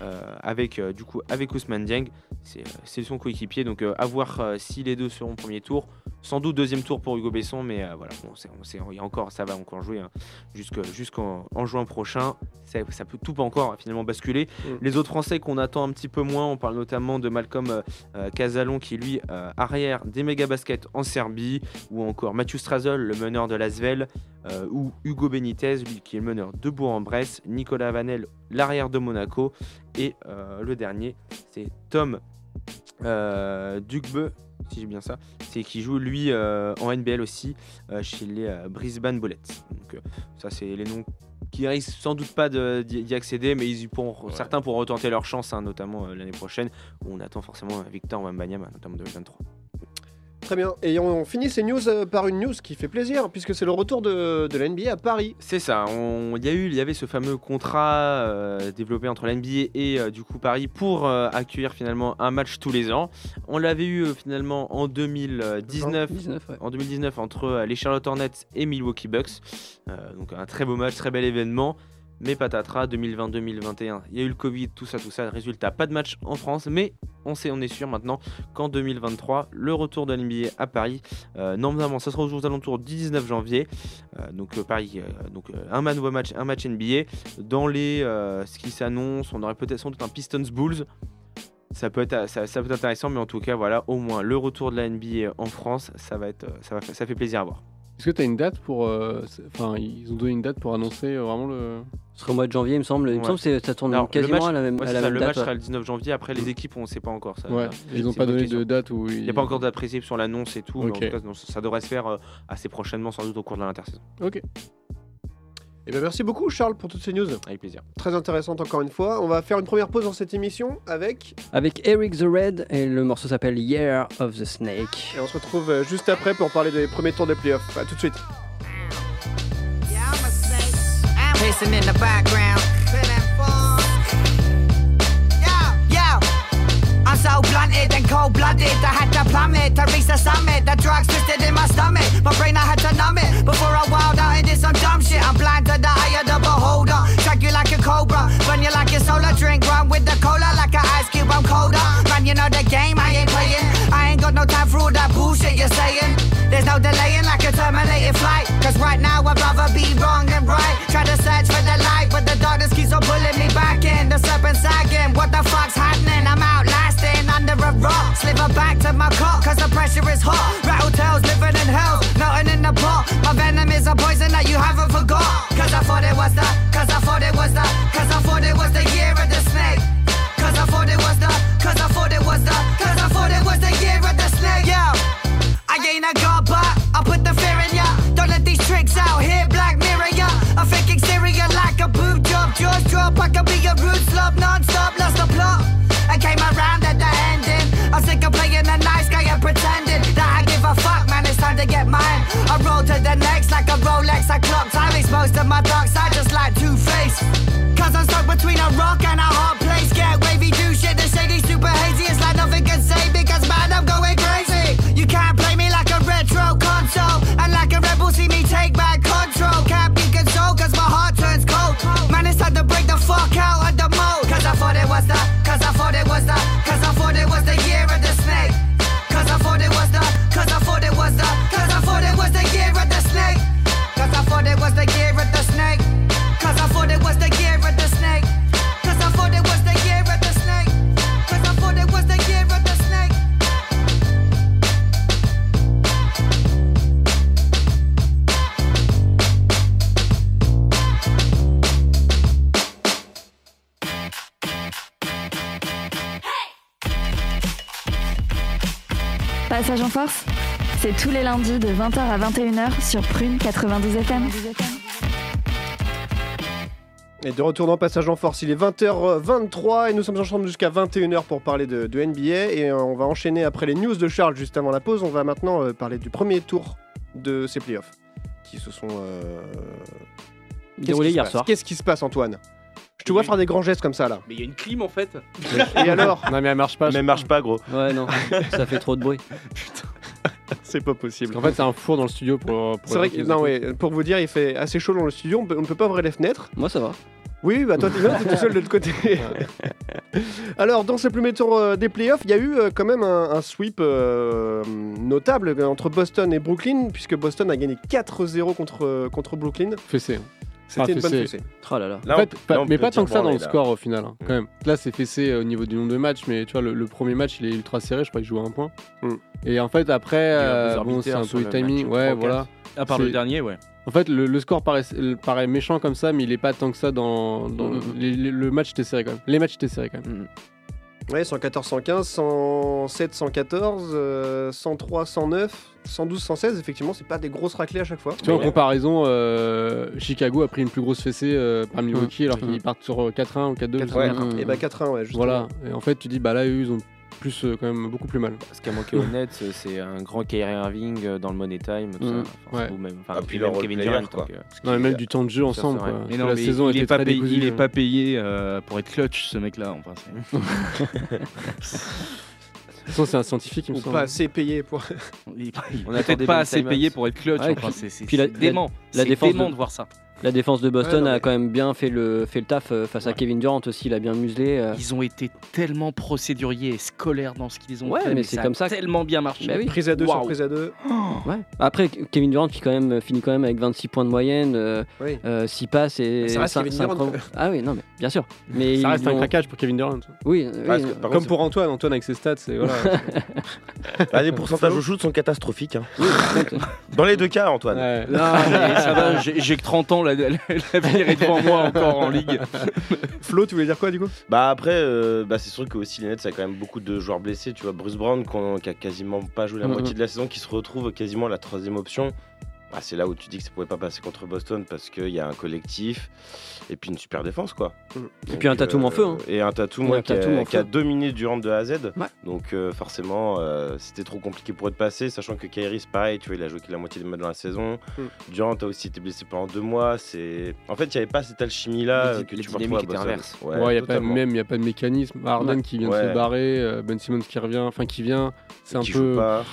Speaker 4: euh, avec euh, du coup avec Ousmane Dieng. C'est euh, c'est son coéquipier, donc euh, à voir euh, si les deux seront premier tour. Sans doute deuxième tour pour Hugo Besson, mais euh, voilà, bon, c'est- on sait- il y a encore, ça va encore jouer hein, jusque- jusqu'en en juin prochain. Ça, ça peut tout pas encore hein, finalement basculer. Les autres Français qu'on attend un petit peu moins, on parle notamment de Malcolm euh, euh, Casalon qui lui euh, arrière des méga baskets en Serbie, ou encore Mathieu Strazol, le meneur de l'Asvel, euh, ou Hugo Benitez, lui qui est le meneur de Bourg-en-Bresse, Nicolas Vanel, l'arrière de Monaco, et euh, le dernier, c'est Tom euh, Dugbeu, si j'ai bien ça, c'est qui joue lui euh, en NBL aussi euh, chez les euh, Brisbane Bullets. Donc euh, ça c'est les noms qui risquent sans doute pas de- d'y d'y accéder, mais ils y pourront- certains pourront retenter leur chance, hein, notamment euh, l'année prochaine où on attend forcément euh, Victor Wembanyama, notamment 2023.
Speaker 2: Très bien. Et on finit ces news euh, par une news qui fait plaisir, puisque c'est le retour de, de la NBA à Paris.
Speaker 4: C'est ça. on- Il y a eu, il y avait ce fameux contrat euh, développé entre l'NBA et euh, du coup Paris pour euh, accueillir finalement un match tous les ans. On l'avait eu euh, finalement en 2019,
Speaker 3: 19, ouais.
Speaker 4: en 2019 entre euh, les Charlotte Hornets et Milwaukee Bucks. Euh, donc un très beau match, très bel événement. Mais patatras 2020-2021, il y a eu le Covid, tout ça, tout ça. Résultat, pas de match en France, mais on sait, on est sûr maintenant qu'en 2023, le retour de l'NBA à Paris, euh, normalement, ça sera aux alentours du 19 janvier. Euh, donc euh, Paris, euh, donc euh, un man one match, un match NBA. Dans les euh, ce qui s'annonce, on aurait peut-être sans doute un Pistons Bulls. Ça peut être ça, ça peut être intéressant, mais en tout cas voilà, au moins le retour de la NBA en France, ça va être euh, ça va ça fait plaisir à voir.
Speaker 10: Est-ce que t'as une date pour. euh, c'est- Enfin, ils ont donné une date pour annoncer euh, vraiment le.
Speaker 3: Ce serait au mois de janvier, il me semble. Il me
Speaker 4: Ouais.
Speaker 3: semble que c'est- ça tourne
Speaker 4: Alors, le
Speaker 3: quasiment
Speaker 4: match-
Speaker 3: à la même,
Speaker 4: ouais,
Speaker 3: à
Speaker 4: c'est
Speaker 3: la
Speaker 4: ça,
Speaker 3: même
Speaker 4: le
Speaker 3: date.
Speaker 4: match
Speaker 3: ouais. Mm.
Speaker 4: sera le 19 janvier. Après les équipes, on ne sait pas encore. Ça,
Speaker 10: Ouais,
Speaker 4: ça-
Speaker 10: ils n'ont
Speaker 4: c'est
Speaker 10: pas
Speaker 4: une bonne
Speaker 10: donné
Speaker 4: question.
Speaker 10: de date où.
Speaker 4: Il n'y a pas encore de date précise sur l'annonce et tout. mais en
Speaker 10: Ok.
Speaker 4: tout cas, non, ça, ça devrait se faire euh, assez prochainement, sans doute au cours de l'intersaison.
Speaker 10: Ok. Eh
Speaker 2: Et
Speaker 10: ben,
Speaker 2: bien merci beaucoup Charles pour toutes ces news.
Speaker 4: Avec plaisir.
Speaker 2: Très intéressante encore une fois. On va faire une première pause dans cette émission avec...
Speaker 3: Avec Eric the Red, et le morceau s'appelle Year of the Snake.
Speaker 2: Et on se retrouve euh, juste après pour parler des premiers tours des playoffs. À tout de suite.
Speaker 11: Pacing in the background. Yo, yo. I'm so blunted and cold blooded. I had to plummet to reach the summit. The drugs twisted in my stomach. My brain, I had to numb it. Before I wild out and did some dumb shit. I'm blind to the eye of the beholder. Track you like a cobra. Burn you like a solar drink. Run with the cola like an ice cube. I'm colder. Man, you know the game I ain't playing. I ain't got no time for all that bullshit you're saying. There's no delaying like a terminated flight. Cause right now I'd rather be wrong than right. Try to search for the light, but the darkness keeps on pulling me back in. The serpent sagging. What the fuck's happening? I'm outlasting under a rock. Sliver back to my cot, cause the pressure is hot. Rattle tails living in hell, melting in the pot. My venom is a poison that you haven't forgot. Cause I thought it was the, cause I thought it was the, cause I thought it was the year of the snake. Cause I thought it was the, cause I thought it was the, cause I thought it was the year of the snake. Yeah. I ain't a god, but I put the fear in ya. Don't let these tricks out here, black mirror ya. I fake exterior like a boob job, jaws drop. I could be a rude slob, non-stop, lost the plot. I came around at the ending. I'm sick of playing the nice guy and pretending that I give a fuck, man. It's time to get mine. I roll to the next like a Rolex. I clock time, exposed to my dark side, just like Two Face. Cause I'm stuck between a rock and a hard place. Get wavy, do shit, the shady, super hazy. It's like nothing can save me, cause man, I'm going crazy. You can't play me like a retro console. And like a rebel, see me take back control. Can't be consoled, cause my heart turns cold. Man, it's time to break the fuck out of the mold. Cause I thought it was the, cause I thought it was the, cause I thought it was the year of the snake. Cause I thought it was the, cause I thought it was the, cause I thought it was the year of the snake. Cause I thought it was the year of the snake. Cause I thought it was the year of the snake. Cause I thought it was the year of the snake. Cause I thought it was the year of the snake.
Speaker 1: Passage en force, c'est tous les lundis de 20h à 21h sur Prune 92 FM.
Speaker 2: Et de retour dans Passage en Force, il est 20h23 et nous sommes ensemble jusqu'à 21h pour parler de, de NBA. Et euh, on va enchaîner après les news de Charles juste avant la pause. On va maintenant euh, parler du premier tour de ces playoffs qui se sont euh, qu'est-ce
Speaker 3: Déroulés
Speaker 2: qui se
Speaker 3: hier
Speaker 2: passe
Speaker 3: soir.
Speaker 2: Qu'est-ce qui se passe, Antoine Je te vois faire des grands gestes comme ça là.
Speaker 7: Mais il y a une clim en fait.
Speaker 2: Et alors
Speaker 10: Non, mais elle marche pas.
Speaker 5: Mais marche pas, gros.
Speaker 3: Ouais, non, ça fait trop de bruit.
Speaker 2: C'est pas possible.
Speaker 10: En fait, c'est un four dans le studio pour. pour
Speaker 2: C'est vrai que, non, ouais, pour vous dire, il fait assez chaud dans le studio, on peut, on peut pas ouvrir les fenêtres.
Speaker 3: Moi, ça va.
Speaker 2: Oui, bah toi, t'es non, t'es tout seul de l'autre côté. Alors, dans ce premier tour euh, des playoffs, il y a eu euh, quand même un, un sweep euh, notable entre Boston et Brooklyn, puisque Boston a gagné 4-0 contre, euh, contre Brooklyn.
Speaker 10: Fessé. hein.
Speaker 2: C'était
Speaker 10: Ah,
Speaker 2: une bonne
Speaker 10: fessé.
Speaker 2: fessée.
Speaker 3: Oh là là.
Speaker 5: Là,
Speaker 10: En fait,
Speaker 5: on-
Speaker 10: pas-
Speaker 5: là, on
Speaker 10: mais
Speaker 5: peut
Speaker 10: pas
Speaker 5: dire
Speaker 10: tant que ça dans
Speaker 5: branler,
Speaker 10: le
Speaker 5: là.
Speaker 10: score au final. hein, quand même. Là, c'est fessé euh, au niveau du nombre de matchs, mais tu vois, le, le premier match, il est ultra serré. Je crois qu'il joue à un point.
Speaker 2: Mm.
Speaker 10: Et en fait, après,
Speaker 8: a
Speaker 10: euh,
Speaker 8: deux
Speaker 10: bon,
Speaker 8: arbitraires
Speaker 10: c'est un
Speaker 8: sur
Speaker 10: peu le
Speaker 8: le match,
Speaker 10: timing.
Speaker 8: trois
Speaker 10: Ouais,
Speaker 8: ou
Speaker 10: voilà.
Speaker 8: quatre. À part le
Speaker 10: C'est-
Speaker 8: dernier, ouais.
Speaker 10: En fait, le, le score paraît, euh, paraît méchant comme ça, mais il est pas tant que ça dans. dans-
Speaker 3: Mm.
Speaker 10: les- les- le match était serré quand même. Les matchs étaient serrés quand même.
Speaker 2: Ouais, 114, 115, 107, 114, euh, 103, 109, 112, 116. Effectivement, c'est pas des grosses raclées à chaque fois.
Speaker 10: Tu vois, en
Speaker 2: Mais-
Speaker 10: comparaison, euh, Chicago a pris une plus grosse fessée euh, par Milwaukee alors
Speaker 5: Mm.
Speaker 10: qu'ils partent sur euh, 4-1 ou 4-2. je sais pas.
Speaker 2: 4-1,
Speaker 5: Eh ben,
Speaker 2: et bah 4-1, ouais, justement.
Speaker 10: Voilà. Et en fait, tu dis, bah là, eux, ils ont plus, euh, quand même beaucoup plus mal.
Speaker 4: Ce qui a manqué au net, c'est- c'est un grand Kyrie Irving euh, dans le Money Time, tout
Speaker 10: Mhm.
Speaker 4: ça. Enfin,
Speaker 10: Ouais.
Speaker 4: ou même, enfin,
Speaker 5: Ah, puis
Speaker 4: puis
Speaker 5: le
Speaker 4: même
Speaker 5: rôle
Speaker 4: Kevin
Speaker 5: player,
Speaker 4: Durant.
Speaker 5: quoi.
Speaker 4: donc, euh,
Speaker 10: Non, mais même du temps de jeu
Speaker 4: Ça,
Speaker 10: ensemble.
Speaker 4: c'est vrai.
Speaker 10: Quoi.
Speaker 8: Mais
Speaker 10: Parce
Speaker 8: non,
Speaker 10: que la
Speaker 8: mais
Speaker 10: saison
Speaker 8: il
Speaker 10: était
Speaker 8: est pas
Speaker 10: très
Speaker 8: payé,
Speaker 10: décousue,
Speaker 8: il est
Speaker 10: hein.
Speaker 8: pas payé euh, pour être clutch, ce mec-là. Enfin, c'est-
Speaker 10: De toute façon, c'est un scientifique, il me
Speaker 2: Ou
Speaker 10: semble.
Speaker 2: pas assez payé pour.
Speaker 8: il est pas- il est
Speaker 4: On attendait
Speaker 8: peut-être
Speaker 4: Ben
Speaker 8: pas assez
Speaker 4: Simmons.
Speaker 8: Ah, payé pour être clutch.
Speaker 3: Ouais,
Speaker 8: enfin,
Speaker 3: puis-
Speaker 8: c'est c'est-
Speaker 3: puis la-
Speaker 8: c'est dément.
Speaker 3: la
Speaker 8: C'est
Speaker 3: défense
Speaker 8: dément
Speaker 3: de-
Speaker 8: de voir ça.
Speaker 3: La défense de Boston
Speaker 2: Ouais, non,
Speaker 3: a
Speaker 2: mais-
Speaker 3: quand même bien fait le, fait le taf euh, face à Kevin Durant aussi, il a bien muselé. euh.
Speaker 8: Ils ont été tellement procéduriers et scolaires dans ce qu'ils ont
Speaker 3: Ouais,
Speaker 8: fait.
Speaker 3: mais c'est
Speaker 8: ça
Speaker 3: comme
Speaker 8: a
Speaker 3: ça que-
Speaker 8: tellement bien marché.
Speaker 3: Bah oui.
Speaker 2: Prise à 2 sur
Speaker 8: Waouh.
Speaker 2: prise à 2.
Speaker 3: Ouais. Après, Kevin Durant qui quand même euh, finit quand même avec 26 points de moyenne, euh,
Speaker 2: Oui.
Speaker 3: euh, 6 passes et
Speaker 2: Mais ça reste
Speaker 3: cin-
Speaker 2: Kevin
Speaker 3: cinq
Speaker 2: Durant.
Speaker 3: rebonds. Ah oui, non mais bien sûr. Mais ils
Speaker 10: Ça reste
Speaker 3: ont-
Speaker 10: un craquage pour Kevin Durant.
Speaker 3: Oui, oui,
Speaker 5: Mm. Parce que, par
Speaker 10: Comme
Speaker 5: contre,
Speaker 10: pour Antoine, Antoine avec ses stats, c'est voilà.
Speaker 5: Bah, les pourcentages au shoot sont catastrophiques. hein. Dans les deux cas, Antoine.
Speaker 10: Ouais.
Speaker 8: Non, mais ça va, j'ai j'ai que 30 ans, la- la- l'avenir est devant moi encore en ligue.
Speaker 2: Flo, tu voulais dire quoi du coup
Speaker 5: Bah après, euh, bah, c'est sûr que aussi les Nets, ça a quand même beaucoup de joueurs blessés. Tu vois, Bruce Brown qu'on- qui a quasiment pas joué la
Speaker 2: Mm-hmm.
Speaker 3: Mhm.
Speaker 5: moitié de la saison, qui se retrouve quasiment à la troisième option. Bah, c'est là où tu dis que ça pouvait pas passer contre Boston parce qu'il y a un collectif et puis une super défense quoi.
Speaker 2: Mhm.
Speaker 5: Donc,
Speaker 3: puis un Tatum en feu, hein.
Speaker 5: Et un tatou
Speaker 3: Et un
Speaker 5: qui, a-
Speaker 3: Tatum en
Speaker 5: qui a
Speaker 3: feu.
Speaker 5: dominé Durant de A à Z.
Speaker 3: Ouais.
Speaker 5: Donc euh, forcément, euh, c'était trop compliqué pour eux de passer, sachant que Kyrie c'est pareil, tu vois, il a joué que la moitié des matchs dans la saison. Durant a aussi été blessé pendant deux mois. C'est en fait, il n'y avait pas cette alchimie là
Speaker 4: Les di-
Speaker 5: que
Speaker 4: les
Speaker 5: tu vois
Speaker 4: dynamiques étaient
Speaker 5: inverse.
Speaker 4: inverses.
Speaker 10: Ouais, y a pas, même, il n'y a pas de mécanisme. Harden qui vient de
Speaker 5: Ouais.
Speaker 10: se barrer, euh, Ben Simmons qui revient, enfin qui vient, c'est un
Speaker 5: qui joue
Speaker 10: peu.
Speaker 5: pas.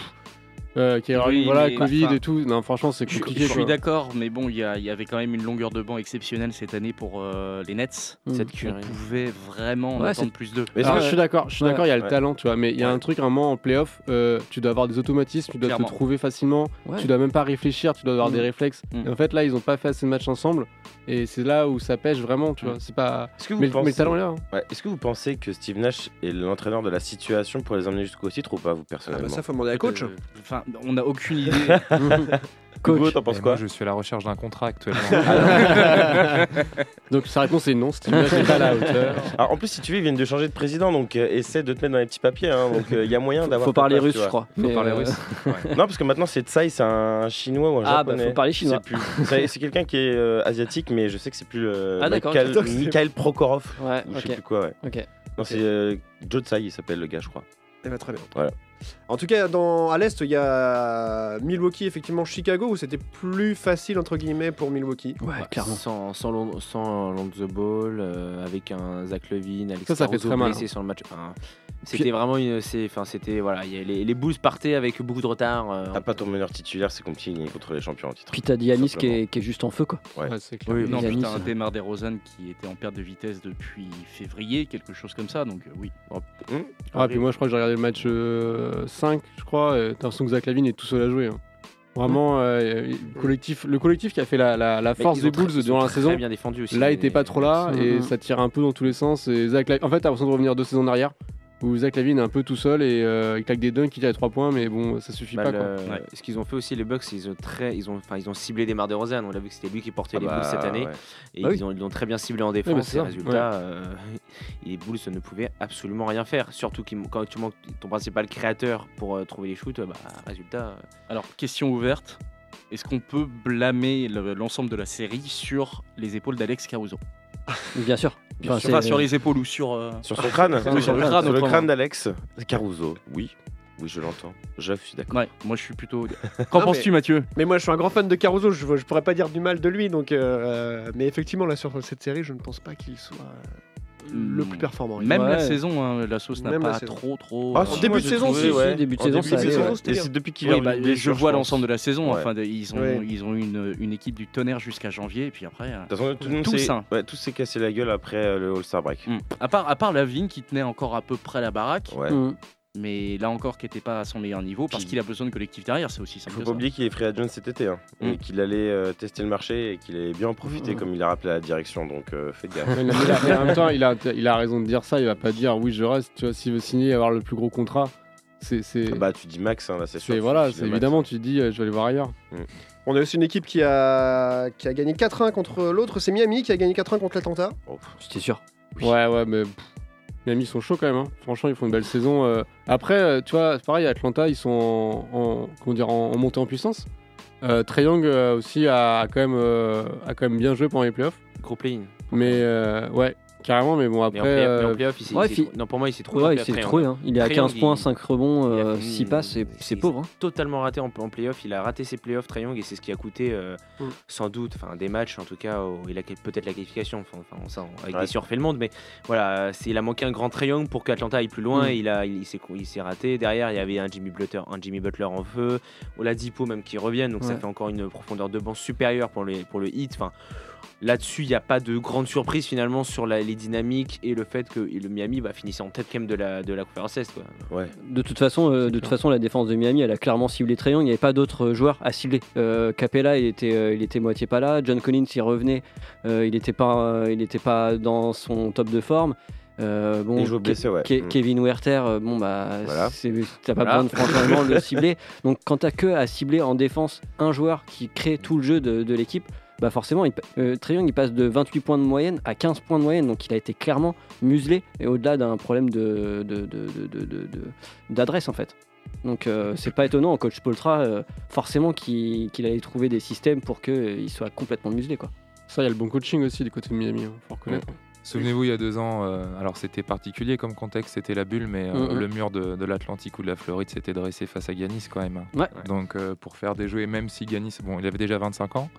Speaker 10: euh, qui est-
Speaker 8: Oui,
Speaker 10: voilà,
Speaker 8: mais-
Speaker 10: Covid
Speaker 8: enfin,
Speaker 10: et tout. Non, franchement, c'est
Speaker 8: Je,
Speaker 10: compliqué.
Speaker 8: je suis
Speaker 10: quoi.
Speaker 8: d'accord, mais bon, il y, a- il y avait quand même une longueur de banc exceptionnelle cette année pour euh, les Nets.
Speaker 10: Mmh.
Speaker 3: Mm.
Speaker 4: Cette
Speaker 8: On
Speaker 4: curie.
Speaker 8: pouvait vraiment en
Speaker 3: Ouais,
Speaker 8: attendre plus d'eux.
Speaker 5: Mais
Speaker 10: Alors,
Speaker 2: Ah
Speaker 5: ça,
Speaker 10: je suis d'accord, je suis
Speaker 3: Ouais.
Speaker 10: d'accord, il y a le
Speaker 5: Ouais.
Speaker 10: talent, tu vois, mais il y a un
Speaker 5: Ouais.
Speaker 10: truc, un moment en playoff, euh, tu dois avoir des automatismes, tu dois
Speaker 8: Clairement.
Speaker 10: te trouver facilement,
Speaker 3: Ouais.
Speaker 10: tu dois même pas réfléchir, tu dois avoir
Speaker 3: Mm.
Speaker 10: des réflexes.
Speaker 8: Mm.
Speaker 10: Et en fait, là, ils ont pas fait assez de matchs ensemble, et c'est là où ça pêche vraiment, tu vois. C'est pas.
Speaker 5: Mm. Est-ce que vous
Speaker 10: Mais, le- mais
Speaker 5: pensez...
Speaker 10: le talent est là. hein.
Speaker 5: Ouais, Est-ce que vous pensez que Steve Nash est l'entraîneur de la situation pour les emmener jusqu'au titre ou pas vous
Speaker 2: Ah bah
Speaker 5: personnellement
Speaker 2: ça, faut demander à coach.
Speaker 8: Euh, Enfin, on n'a aucune idée.
Speaker 3: coach.
Speaker 5: Hugo, t'en penses
Speaker 6: Et
Speaker 5: quoi
Speaker 6: moi, je suis à la recherche d'un contrat actuellement. Ah
Speaker 10: Donc sa réponse est non, Steve Nash n'est pas à la hauteur.
Speaker 5: Alors, En plus, si tu veux, ils viennent de changer de président, donc euh, essaie de te mettre dans les petits papiers. hein, donc il y a moyen d'avoir.
Speaker 3: Faut
Speaker 5: ta
Speaker 3: parler
Speaker 5: place,
Speaker 3: russe,
Speaker 5: tu
Speaker 3: je
Speaker 5: vois.
Speaker 3: crois.
Speaker 6: Faut
Speaker 3: Mais,
Speaker 6: parler
Speaker 3: euh,
Speaker 6: russe. Ouais.
Speaker 5: Non, parce que maintenant c'est Tsai, c'est un chinois ou un
Speaker 3: Ah, bah,
Speaker 5: japonais.
Speaker 3: faut parler
Speaker 5: Je sais
Speaker 3: chinois.
Speaker 5: plus. C'est c'est quelqu'un qui est euh, asiatique, mais je sais que c'est plus le.
Speaker 3: Ah, d'accord,
Speaker 5: Mikhail,
Speaker 2: j'adore que c'est-
Speaker 5: Mikhail Prokhorov.
Speaker 3: Ouais,
Speaker 5: Ou je sais
Speaker 3: ok.
Speaker 5: plus quoi, ouais.
Speaker 3: ok.
Speaker 5: Non, c'est euh, Joe Tsai, il s'appelle le gars, je crois.
Speaker 2: Eh ben, très bien.
Speaker 5: Voilà.
Speaker 2: En tout cas, dans, à l'Est, il y a Milwaukee, effectivement Chicago, où c'était plus facile, entre guillemets, pour Milwaukee.
Speaker 3: Ouais,
Speaker 10: Bah,
Speaker 3: clairement.
Speaker 4: Sans, sans, Lon- sans Lonzo Ball, euh, avec un Zach Levine, Alex
Speaker 10: Ça, ça fait
Speaker 4: Caruso
Speaker 10: très mal, hein.
Speaker 4: blessé sur le match 1. C'était vraiment une. c'est- Enfin, c'était. Voilà, il y a les, les Bulls partaient avec beaucoup de retard. euh,
Speaker 5: T'as pas ton meneur titulaire, c'est compliqué de gagner contre les champions en titre.
Speaker 3: Puis t'as Dianis qui
Speaker 5: Simplement.
Speaker 3: est, qui est juste en feu quoi.
Speaker 5: Ouais.
Speaker 10: Ouais, c'est clair.
Speaker 3: Oui,
Speaker 8: non,
Speaker 3: les amis,
Speaker 8: putain,
Speaker 3: ça-
Speaker 8: Demar Derozan qui était en perte de vitesse depuis février, quelque chose comme ça. Donc euh, oui.
Speaker 4: Hmm
Speaker 10: Ah, puis moi, je crois que j'ai regardé le match euh, 5, je crois. et T'as l'impression que Zach Lavine est tout seul à jouer. hein. Vraiment, euh, le, collectif, le collectif qui a fait la, la- la
Speaker 4: mais Hmm
Speaker 10: force
Speaker 4: ils ont
Speaker 10: des
Speaker 4: très-
Speaker 10: Bulls
Speaker 4: ils ont
Speaker 10: durant la
Speaker 4: très
Speaker 10: saison,
Speaker 4: bien défendu aussi.
Speaker 10: là, il
Speaker 4: mais-
Speaker 10: était pas trop là
Speaker 3: Mhm.
Speaker 10: et ça tire un peu dans tous les sens. Et Zach La- En fait, t'as l'impression de revenir deux saisons en arrière où Zach Lavine est un peu tout seul et euh, il claque des dunks, il tire à 3 points, mais bon, ça suffit
Speaker 4: Bah,
Speaker 10: pas. Quoi.
Speaker 4: le-
Speaker 8: Ouais.
Speaker 4: Ce qu'ils ont fait aussi, les Bucks, ils ont, très, ils ont, enfin, ils ont ciblé des de Rosanne. On l'a vu que c'était lui qui portait
Speaker 5: Ah
Speaker 4: les
Speaker 5: bah,
Speaker 4: Bulls cette année.
Speaker 5: ouais.
Speaker 4: Et
Speaker 3: Bah oui.
Speaker 4: ils ont- ils l'ont très bien ciblé en
Speaker 10: mais
Speaker 4: défense.
Speaker 10: bah c'est
Speaker 4: et
Speaker 10: ça,
Speaker 4: résultat, euh, les Bulls ne pouvaient absolument rien faire. Surtout qu'ils m'ont- quand tu manques ton principal créateur pour euh, trouver les shoots, euh, bah, résultat. euh,
Speaker 8: Alors, question ouverte. Est-ce qu'on peut blâmer le- l'ensemble de la série sur les épaules d'Alex Caruso
Speaker 3: Bien sûr. Enfin,
Speaker 8: Enfin,
Speaker 3: c'est-
Speaker 8: sur les épaules ou sur. euh,
Speaker 5: Sur son crâne
Speaker 8: Oui, sur le crâne,
Speaker 5: Sur le
Speaker 8: autrement.
Speaker 5: crâne d'Alex Caruso, oui. Oui, je l'entends. Je suis d'accord.
Speaker 8: Ouais, moi je suis plutôt. Qu'en
Speaker 2: Non,
Speaker 8: penses-tu, Mathieu
Speaker 2: Mais moi, je suis un grand fan de Caruso, je, je pourrais pas dire du mal de lui, donc. euh, mais effectivement, là, sur cette série, je ne pense pas qu'il soit. euh, le plus performant.
Speaker 8: Même la saison, hein, la sauce n'a
Speaker 2: Même la
Speaker 8: pas
Speaker 2: saison.
Speaker 8: trop trop.
Speaker 2: Ah, si, moi, j'ai trouvé, ouais. En début de saison, c'était
Speaker 8: Et
Speaker 2: bien.
Speaker 8: c'est depuis qu'il
Speaker 2: Oui,
Speaker 8: vient
Speaker 2: bah,
Speaker 8: de
Speaker 2: les
Speaker 8: blessure, Je vois l'ensemble de la saison. Enfin, de- ils ont
Speaker 5: Ouais.
Speaker 8: ils ont une une équipe du tonnerre jusqu'à janvier et puis après. euh,
Speaker 5: De toute façon, tout le monde
Speaker 8: tous,
Speaker 5: s'est-
Speaker 8: hein.
Speaker 5: ouais, tous s'est cassé la gueule après euh, le All-Star Break.
Speaker 8: À part à part la vigne qui tenait encore à peu près la baraque.
Speaker 5: Ouais. Mm.
Speaker 8: Mais là encore, qui n'était pas à son meilleur niveau parce qu'il a besoin de collectif derrière. C'est aussi
Speaker 5: Il
Speaker 8: simple.
Speaker 5: faut
Speaker 8: que
Speaker 5: pas
Speaker 8: ça.
Speaker 5: oublier qu'il est free agent cet été hein,
Speaker 8: Mm.
Speaker 5: et qu'il allait euh, tester le marché et qu'il allait bien en profiter
Speaker 10: Mm.
Speaker 5: comme il a rappelé à la direction. Donc euh, faites gaffe.
Speaker 10: Ouais, non, mais là, mais en même temps, il a, il a raison de dire ça. Il va pas dire oui, je reste. Tu vois, s'il veut signer et avoir le plus gros contrat, c'est. c'est-
Speaker 5: Ah bah tu dis max hein, là c'est sûr. tu
Speaker 10: c'est- voilà,
Speaker 5: dis
Speaker 10: c'est
Speaker 5: max. Hmm.
Speaker 10: évidemment, tu te dis, euh, je vais aller voir ailleurs.
Speaker 2: On a aussi une équipe qui a, qui a gagné 4-1 contre l'autre, c'est Miami qui a gagné 4-1 contre l'Atlanta.
Speaker 3: C'était sûr.
Speaker 10: Oh, Ouais, ouais, mais pff, Miami, ils sont chauds quand même. hein. Franchement, ils font une belle saison. euh. Après, euh, tu vois, c'est pareil, Atlanta, ils sont en, en- comment dire, en, en montée en puissance. Euh, Trae Young euh, aussi a, a quand même, euh, a quand même bien joué pendant les playoffs.
Speaker 4: Gros play-in.
Speaker 10: Mais euh, ouais, carrément, mais bon, après.
Speaker 4: Mais en play- mais en
Speaker 10: euh,
Speaker 4: playoff, il s'est-
Speaker 3: Ouais,
Speaker 4: il s'est
Speaker 3: puis-
Speaker 4: trou- Non, pour moi, il s'est trouvé.
Speaker 3: Ouais,
Speaker 4: en
Speaker 3: il s'est
Speaker 4: playoff,
Speaker 3: trouvé.
Speaker 4: Trae Young.
Speaker 3: hein. Il est à
Speaker 4: Trae Young,
Speaker 3: 15 points,
Speaker 4: il-
Speaker 3: 5 rebonds, euh, 6 passes, c'est- c'est pauvre. hein.
Speaker 4: Mmh. totalement raté en, en playoff. Il a raté ses playoffs, Trae Young, et c'est ce qui a coûté euh, sans doute, enfin des matchs en tout cas. au- il a que- peut-être la qualification, enfin enfin, ça, on- avec
Speaker 5: Ouais.
Speaker 4: des surfaits le monde, mais voilà, c'est- il a manqué un grand Trae Young pour qu'Atlanta aille plus loin.
Speaker 5: Mm.
Speaker 4: Il a, il, s'est, il s'est raté. Derrière, il y avait un Jimmy Butler, un Jimmy Butler en feu, Oladipo même qui reviennent, donc ça
Speaker 3: Ouais.
Speaker 4: fait encore une profondeur de banc supérieure pour le pour le hit. Enfin. Là-dessus, il n'y a pas de grande surprise finalement sur la- les dynamiques et le fait que et le Miami bah, finissait en tête quand même de la, de la conférence Est. Quoi.
Speaker 5: Ouais.
Speaker 3: De toute façon, euh, de toute façon, la défense de Miami, elle a clairement ciblé Trae Young. Il n'y avait pas d'autres euh, joueurs à cibler. Euh, Capella, il était, euh, il était moitié pas là. John Collins, il revenait. Euh, il n'était pas, euh, il était pas dans son top de forme. Euh, bon,
Speaker 5: Il joue
Speaker 3: Ke-
Speaker 5: blessé, ouais.
Speaker 3: Ke-
Speaker 5: Mm.
Speaker 3: Kevin Werther, euh, bon bah,
Speaker 5: Voilà.
Speaker 3: c'est- t'as pas
Speaker 5: Voilà.
Speaker 3: besoin de franchement le cibler. Donc quand t'as que à cibler en défense un joueur qui crée tout le jeu de, de l'équipe, bah forcément, il, pa- euh, Trae Young, il passe de 28 points de moyenne à 15 points de moyenne, donc il a été clairement muselé et au-delà d'un problème de, de- de- de- de- de- de- d'adresse en fait. Donc euh, c'est pas étonnant, au coach Poltra, euh, forcément qu'il, qu'il allait trouver des systèmes pour qu'il soit complètement muselé quoi.
Speaker 10: Ça, il y a le bon coaching aussi du côté de Miami, hein, faut
Speaker 3: Mm.
Speaker 10: reconnaître.
Speaker 6: Souvenez-vous, il y a deux ans, euh, alors c'était particulier comme contexte, c'était la bulle, mais euh,
Speaker 3: Mm-hmm.
Speaker 10: Mhm.
Speaker 6: le mur de, de l'Atlantique ou de la Floride s'était dressé face à Yanis quand même.
Speaker 3: Ouais.
Speaker 6: Donc euh, pour faire des jouets, même si Yanis, bon, il avait déjà 25 ans,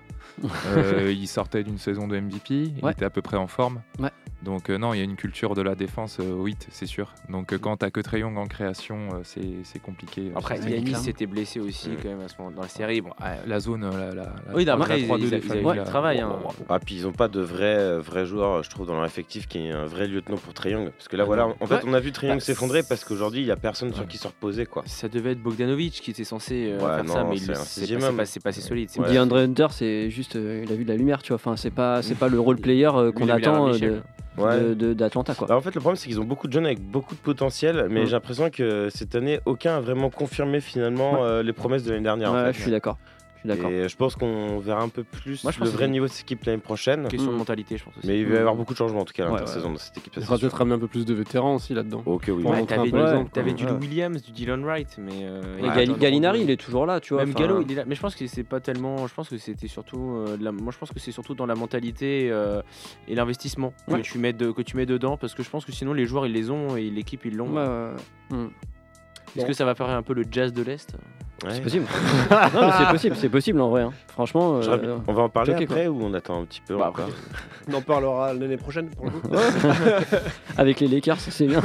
Speaker 6: euh, il sortait d'une saison de MVP, il
Speaker 3: Ouais.
Speaker 6: était à peu près en forme.
Speaker 3: Ouais.
Speaker 6: Donc euh, non, il y a une culture de la défense euh, au hit, c'est sûr. Donc euh, quand t'as que Trae Young en création, euh, c'est c'est compliqué.
Speaker 4: Après,
Speaker 6: C'est
Speaker 4: Yanis
Speaker 6: compliqué.
Speaker 4: s'était blessé aussi quand même à ce moment dans la série. Bon, ah,
Speaker 6: La zone, euh, la, la, la-
Speaker 4: Oui,
Speaker 6: la
Speaker 4: d'après,
Speaker 6: 3-2
Speaker 4: ils-
Speaker 6: des
Speaker 4: ils- ils
Speaker 6: familles,
Speaker 4: avaient du
Speaker 6: là.
Speaker 4: travail, hein.
Speaker 5: Ah puis ils ont pas de vrai vrai joueur je trouve dans leur effectif qui est un vrai lieutenant pour Trae Young parce que là voilà en fait
Speaker 4: Ouais.
Speaker 5: on a vu Trae Young
Speaker 4: Bah,
Speaker 5: s'effondrer parce qu'aujourd'hui il y a personne sur qui se reposer quoi.
Speaker 4: ça devait être Bogdanovic qui était censé euh,
Speaker 5: Ouais,
Speaker 4: faire
Speaker 5: non,
Speaker 4: ça, mais
Speaker 5: c'est
Speaker 4: il le-
Speaker 5: un
Speaker 4: c'est
Speaker 5: sixième
Speaker 4: pas- c'est
Speaker 5: homme.
Speaker 4: pas, c'est pas assez solide. c'est
Speaker 3: DeAndre
Speaker 4: pas-
Speaker 3: Hunter, c'est juste, euh, il a vu de la lumière, tu vois. Enfin, c'est pas, c'est pas le rôle player euh, qu'on
Speaker 5: Mm. il a vu
Speaker 3: attend
Speaker 5: Larry
Speaker 3: euh, de-
Speaker 5: Michel. Ouais.
Speaker 3: de- de- d'Atlanta quoi.
Speaker 5: Bah, en fait, le problème, c'est qu'ils ont beaucoup de jeunes avec beaucoup de potentiel, mais
Speaker 3: Mm.
Speaker 5: j'ai l'impression que cette année, aucun a vraiment confirmé finalement euh, les promesses de l'année dernière. en
Speaker 3: Ouais,
Speaker 5: fait.
Speaker 3: je suis d'accord. Je suis d'accord.
Speaker 5: Et je pense qu'on verra un peu plus
Speaker 3: Moi, je
Speaker 5: le
Speaker 3: pense que Mhm.
Speaker 5: vrai
Speaker 3: c'est
Speaker 5: niveau de cette équipe l'année prochaine.
Speaker 4: Question de Mm. mentalité, je pense aussi.
Speaker 5: Mais il va y avoir
Speaker 10: Mm.
Speaker 5: beaucoup de changements en tout cas à
Speaker 10: Ouais,
Speaker 5: l'intersaison
Speaker 10: ouais.
Speaker 5: de cette équipe. ça,
Speaker 10: Il
Speaker 5: c'est
Speaker 10: faudra
Speaker 5: sûr.
Speaker 10: peut-être ramener un peu plus de vétérans aussi là-dedans.
Speaker 5: Ok, oui.
Speaker 10: Pour
Speaker 4: Ouais,
Speaker 10: montrer un
Speaker 4: T'avais
Speaker 10: peu l'exemple,
Speaker 4: du,
Speaker 10: quoi.
Speaker 4: t'avais du Lou
Speaker 10: Ouais.
Speaker 4: Williams, du Dylan Wright, mais. euh,
Speaker 3: Et
Speaker 4: il y a
Speaker 3: Gali-
Speaker 4: pas de-
Speaker 3: Gallinari, il est toujours là, tu vois.
Speaker 4: Même
Speaker 3: enfin, euh.
Speaker 4: Gallo, il est là. Mais je pense que c'est pas tellement. Je pense que c'était surtout. euh, la- Moi, je pense que c'est surtout dans la mentalité euh, et l'investissement que,
Speaker 3: Ouais.
Speaker 4: tu mets de- que tu mets dedans, parce que je pense que sinon les joueurs ils les ont et l'équipe ils l'ont.
Speaker 3: Ouais, ouais, ouais. Hmm.
Speaker 4: Est-ce que ça va faire un peu le jazz de l'est
Speaker 5: Ouais.
Speaker 3: C'est possible. non, mais c'est possible, c'est possible en vrai. hein. Franchement,
Speaker 5: Je
Speaker 3: euh,
Speaker 5: rappelle- On va en parler
Speaker 3: choqué,
Speaker 5: après ou on attend un petit peu
Speaker 4: Bah,
Speaker 5: encore
Speaker 2: On en parlera l'année prochaine pour le coup.
Speaker 3: Avec les Lakers, c'est bien.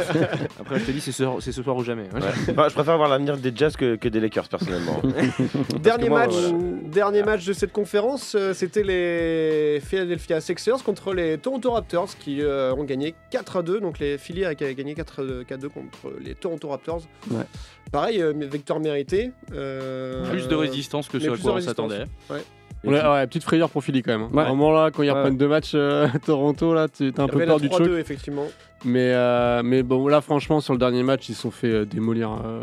Speaker 4: Après, je te dis, c'est ce, c'est ce soir ou jamais.
Speaker 5: Ouais. Enfin, je préfère voir l'avenir des Jazz que, que des Lakers personnellement. Parce
Speaker 2: Dernier
Speaker 5: que moi,
Speaker 2: match,
Speaker 5: voilà.
Speaker 2: dernier match de cette conférence, euh, c'était les Philadelphia Sixers contre les Toronto Raptors qui euh, ont gagné 4 à 2. Donc les Phillies avaient gagné 4 à 2, 4 à 2 contre les Toronto Raptors.
Speaker 3: Ouais.
Speaker 2: Pareil, euh, victoire méritée. euh,
Speaker 8: Plus de résistance que
Speaker 2: mais
Speaker 8: ce à
Speaker 2: plus
Speaker 8: quoi
Speaker 2: de
Speaker 8: on
Speaker 2: résistance.
Speaker 8: s'attendait. hein.
Speaker 2: Ouais.
Speaker 10: Ouais, ouais, petite frayeur pour Philly quand même. hein.
Speaker 3: Ouais.
Speaker 10: Vraiment là, quand ils
Speaker 3: Ouais.
Speaker 10: reprennent deux matchs euh, à Toronto, là, tu- t'as un
Speaker 2: Ils
Speaker 10: peu
Speaker 2: reviennent à
Speaker 10: peur du choc.
Speaker 2: 3-2, effectivement.
Speaker 10: Mais, euh, mais bon, là, franchement, sur le dernier match, ils se sont fait euh, démolir. euh,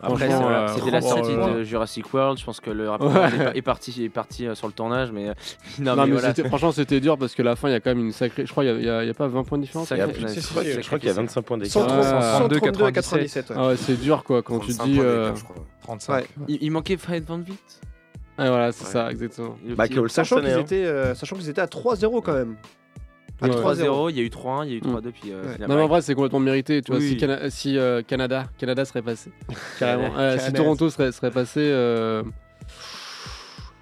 Speaker 4: Après,
Speaker 10: franchement,
Speaker 4: c'est-
Speaker 10: euh,
Speaker 4: c'était la
Speaker 10: oh,
Speaker 4: sortie
Speaker 10: euh,
Speaker 4: de Jurassic World. Je pense que le rapport
Speaker 10: Ouais.
Speaker 4: est, par- est parti, est parti euh, sur le tournage, mais euh, non,
Speaker 10: Non,
Speaker 4: mais
Speaker 10: mais
Speaker 4: voilà.
Speaker 10: c'était- franchement, c'était dur parce que la fin, il y a quand même une sacrée. Je crois qu'il n'y a, il y a pas 20 points de différence.
Speaker 4: Sacrée- Il y a plus de- sacrée-
Speaker 5: Je crois qu'il y a 25 points d'écart.
Speaker 2: 132
Speaker 10: 132,
Speaker 2: 132 à 97. ouais.
Speaker 10: Ah ouais, c'est dur quoi quand tu
Speaker 5: 35
Speaker 10: dis.
Speaker 5: points
Speaker 10: euh,
Speaker 5: d'écart, je crois.
Speaker 6: 35.
Speaker 2: Ouais.
Speaker 4: Il, il manquait Fred Van Vliet.
Speaker 10: Ah, voilà, c'est ça, exactement.
Speaker 4: Le
Speaker 5: Bah,
Speaker 4: petit-
Speaker 5: que All-Star
Speaker 2: Sachant
Speaker 5: cette
Speaker 2: qu'ils
Speaker 5: année, hein.
Speaker 2: étaient, euh, sachant qu'ils étaient à 3-0 quand même. À
Speaker 10: Ouais.
Speaker 4: 3-0, il y a eu 3-1, il y a eu 3-2, puis euh,
Speaker 10: Ouais.
Speaker 4: finalement,
Speaker 10: Non, mais en vrai, c'est complètement mérité. Tu vois,
Speaker 4: Oui.
Speaker 10: si, Cana- si, euh, Canada, Canada serait passé, carrément. Euh, si
Speaker 2: Canada.
Speaker 10: Toronto serait, serait passé, euh,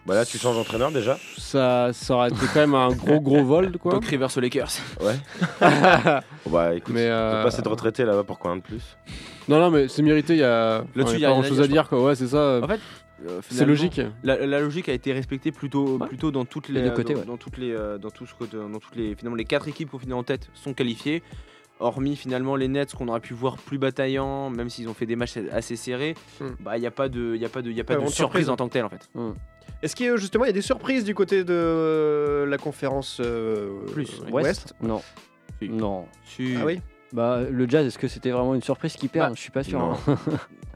Speaker 5: Bah là, tu changes d'entraîneur déjà
Speaker 10: Ça, ça aurait été quand même un gros gros vol quoi.
Speaker 5: Doc Rivers
Speaker 4: aux Lakers.
Speaker 5: Ouais. Bon, bah écoute,
Speaker 10: Mais,
Speaker 5: mais
Speaker 10: euh,
Speaker 5: pas de retraité là-bas pour quoi un de plus
Speaker 10: Non non mais c'est mérité, il y a,
Speaker 4: Là-dessus,
Speaker 10: enfin,
Speaker 4: il
Speaker 10: y
Speaker 4: y
Speaker 10: a
Speaker 4: a
Speaker 10: pas
Speaker 4: rien
Speaker 10: grand
Speaker 4: à
Speaker 10: chose
Speaker 4: dire,
Speaker 10: à
Speaker 4: je
Speaker 10: dire quoi. Ouais c'est ça.
Speaker 4: En fait, euh,
Speaker 10: c'est
Speaker 4: finalement,
Speaker 10: logique.
Speaker 4: La, la logique a été respectée plutôt, plutôt dans toutes
Speaker 3: Des
Speaker 4: les,
Speaker 3: deux
Speaker 4: euh,
Speaker 3: côtés,
Speaker 4: dans,
Speaker 3: ouais.
Speaker 4: dans toutes les, euh, dans tout ce que- dans toutes les, finalement les quatre équipes qu'on finit en tête sont qualifiées. Hormis finalement les Nets qu'on aurait pu voir plus bataillants, même s'ils ont fait des matchs assez serrés,
Speaker 2: Hmm.
Speaker 4: bah il n'y a pas de, y a pas de, y a
Speaker 2: Pas
Speaker 4: pas de
Speaker 2: grande surprise.
Speaker 4: surprise en tant que telle en fait.
Speaker 2: Est-ce qu'il y a justement il y a des surprises du côté de la conférence euh,
Speaker 4: Plus,
Speaker 2: Ouest,
Speaker 3: Ouest Non. Non.
Speaker 2: Ah oui
Speaker 3: Bah, le jazz, est-ce que c'était vraiment une surprise qui perd Je suis pas sûr.
Speaker 4: non.
Speaker 3: hein.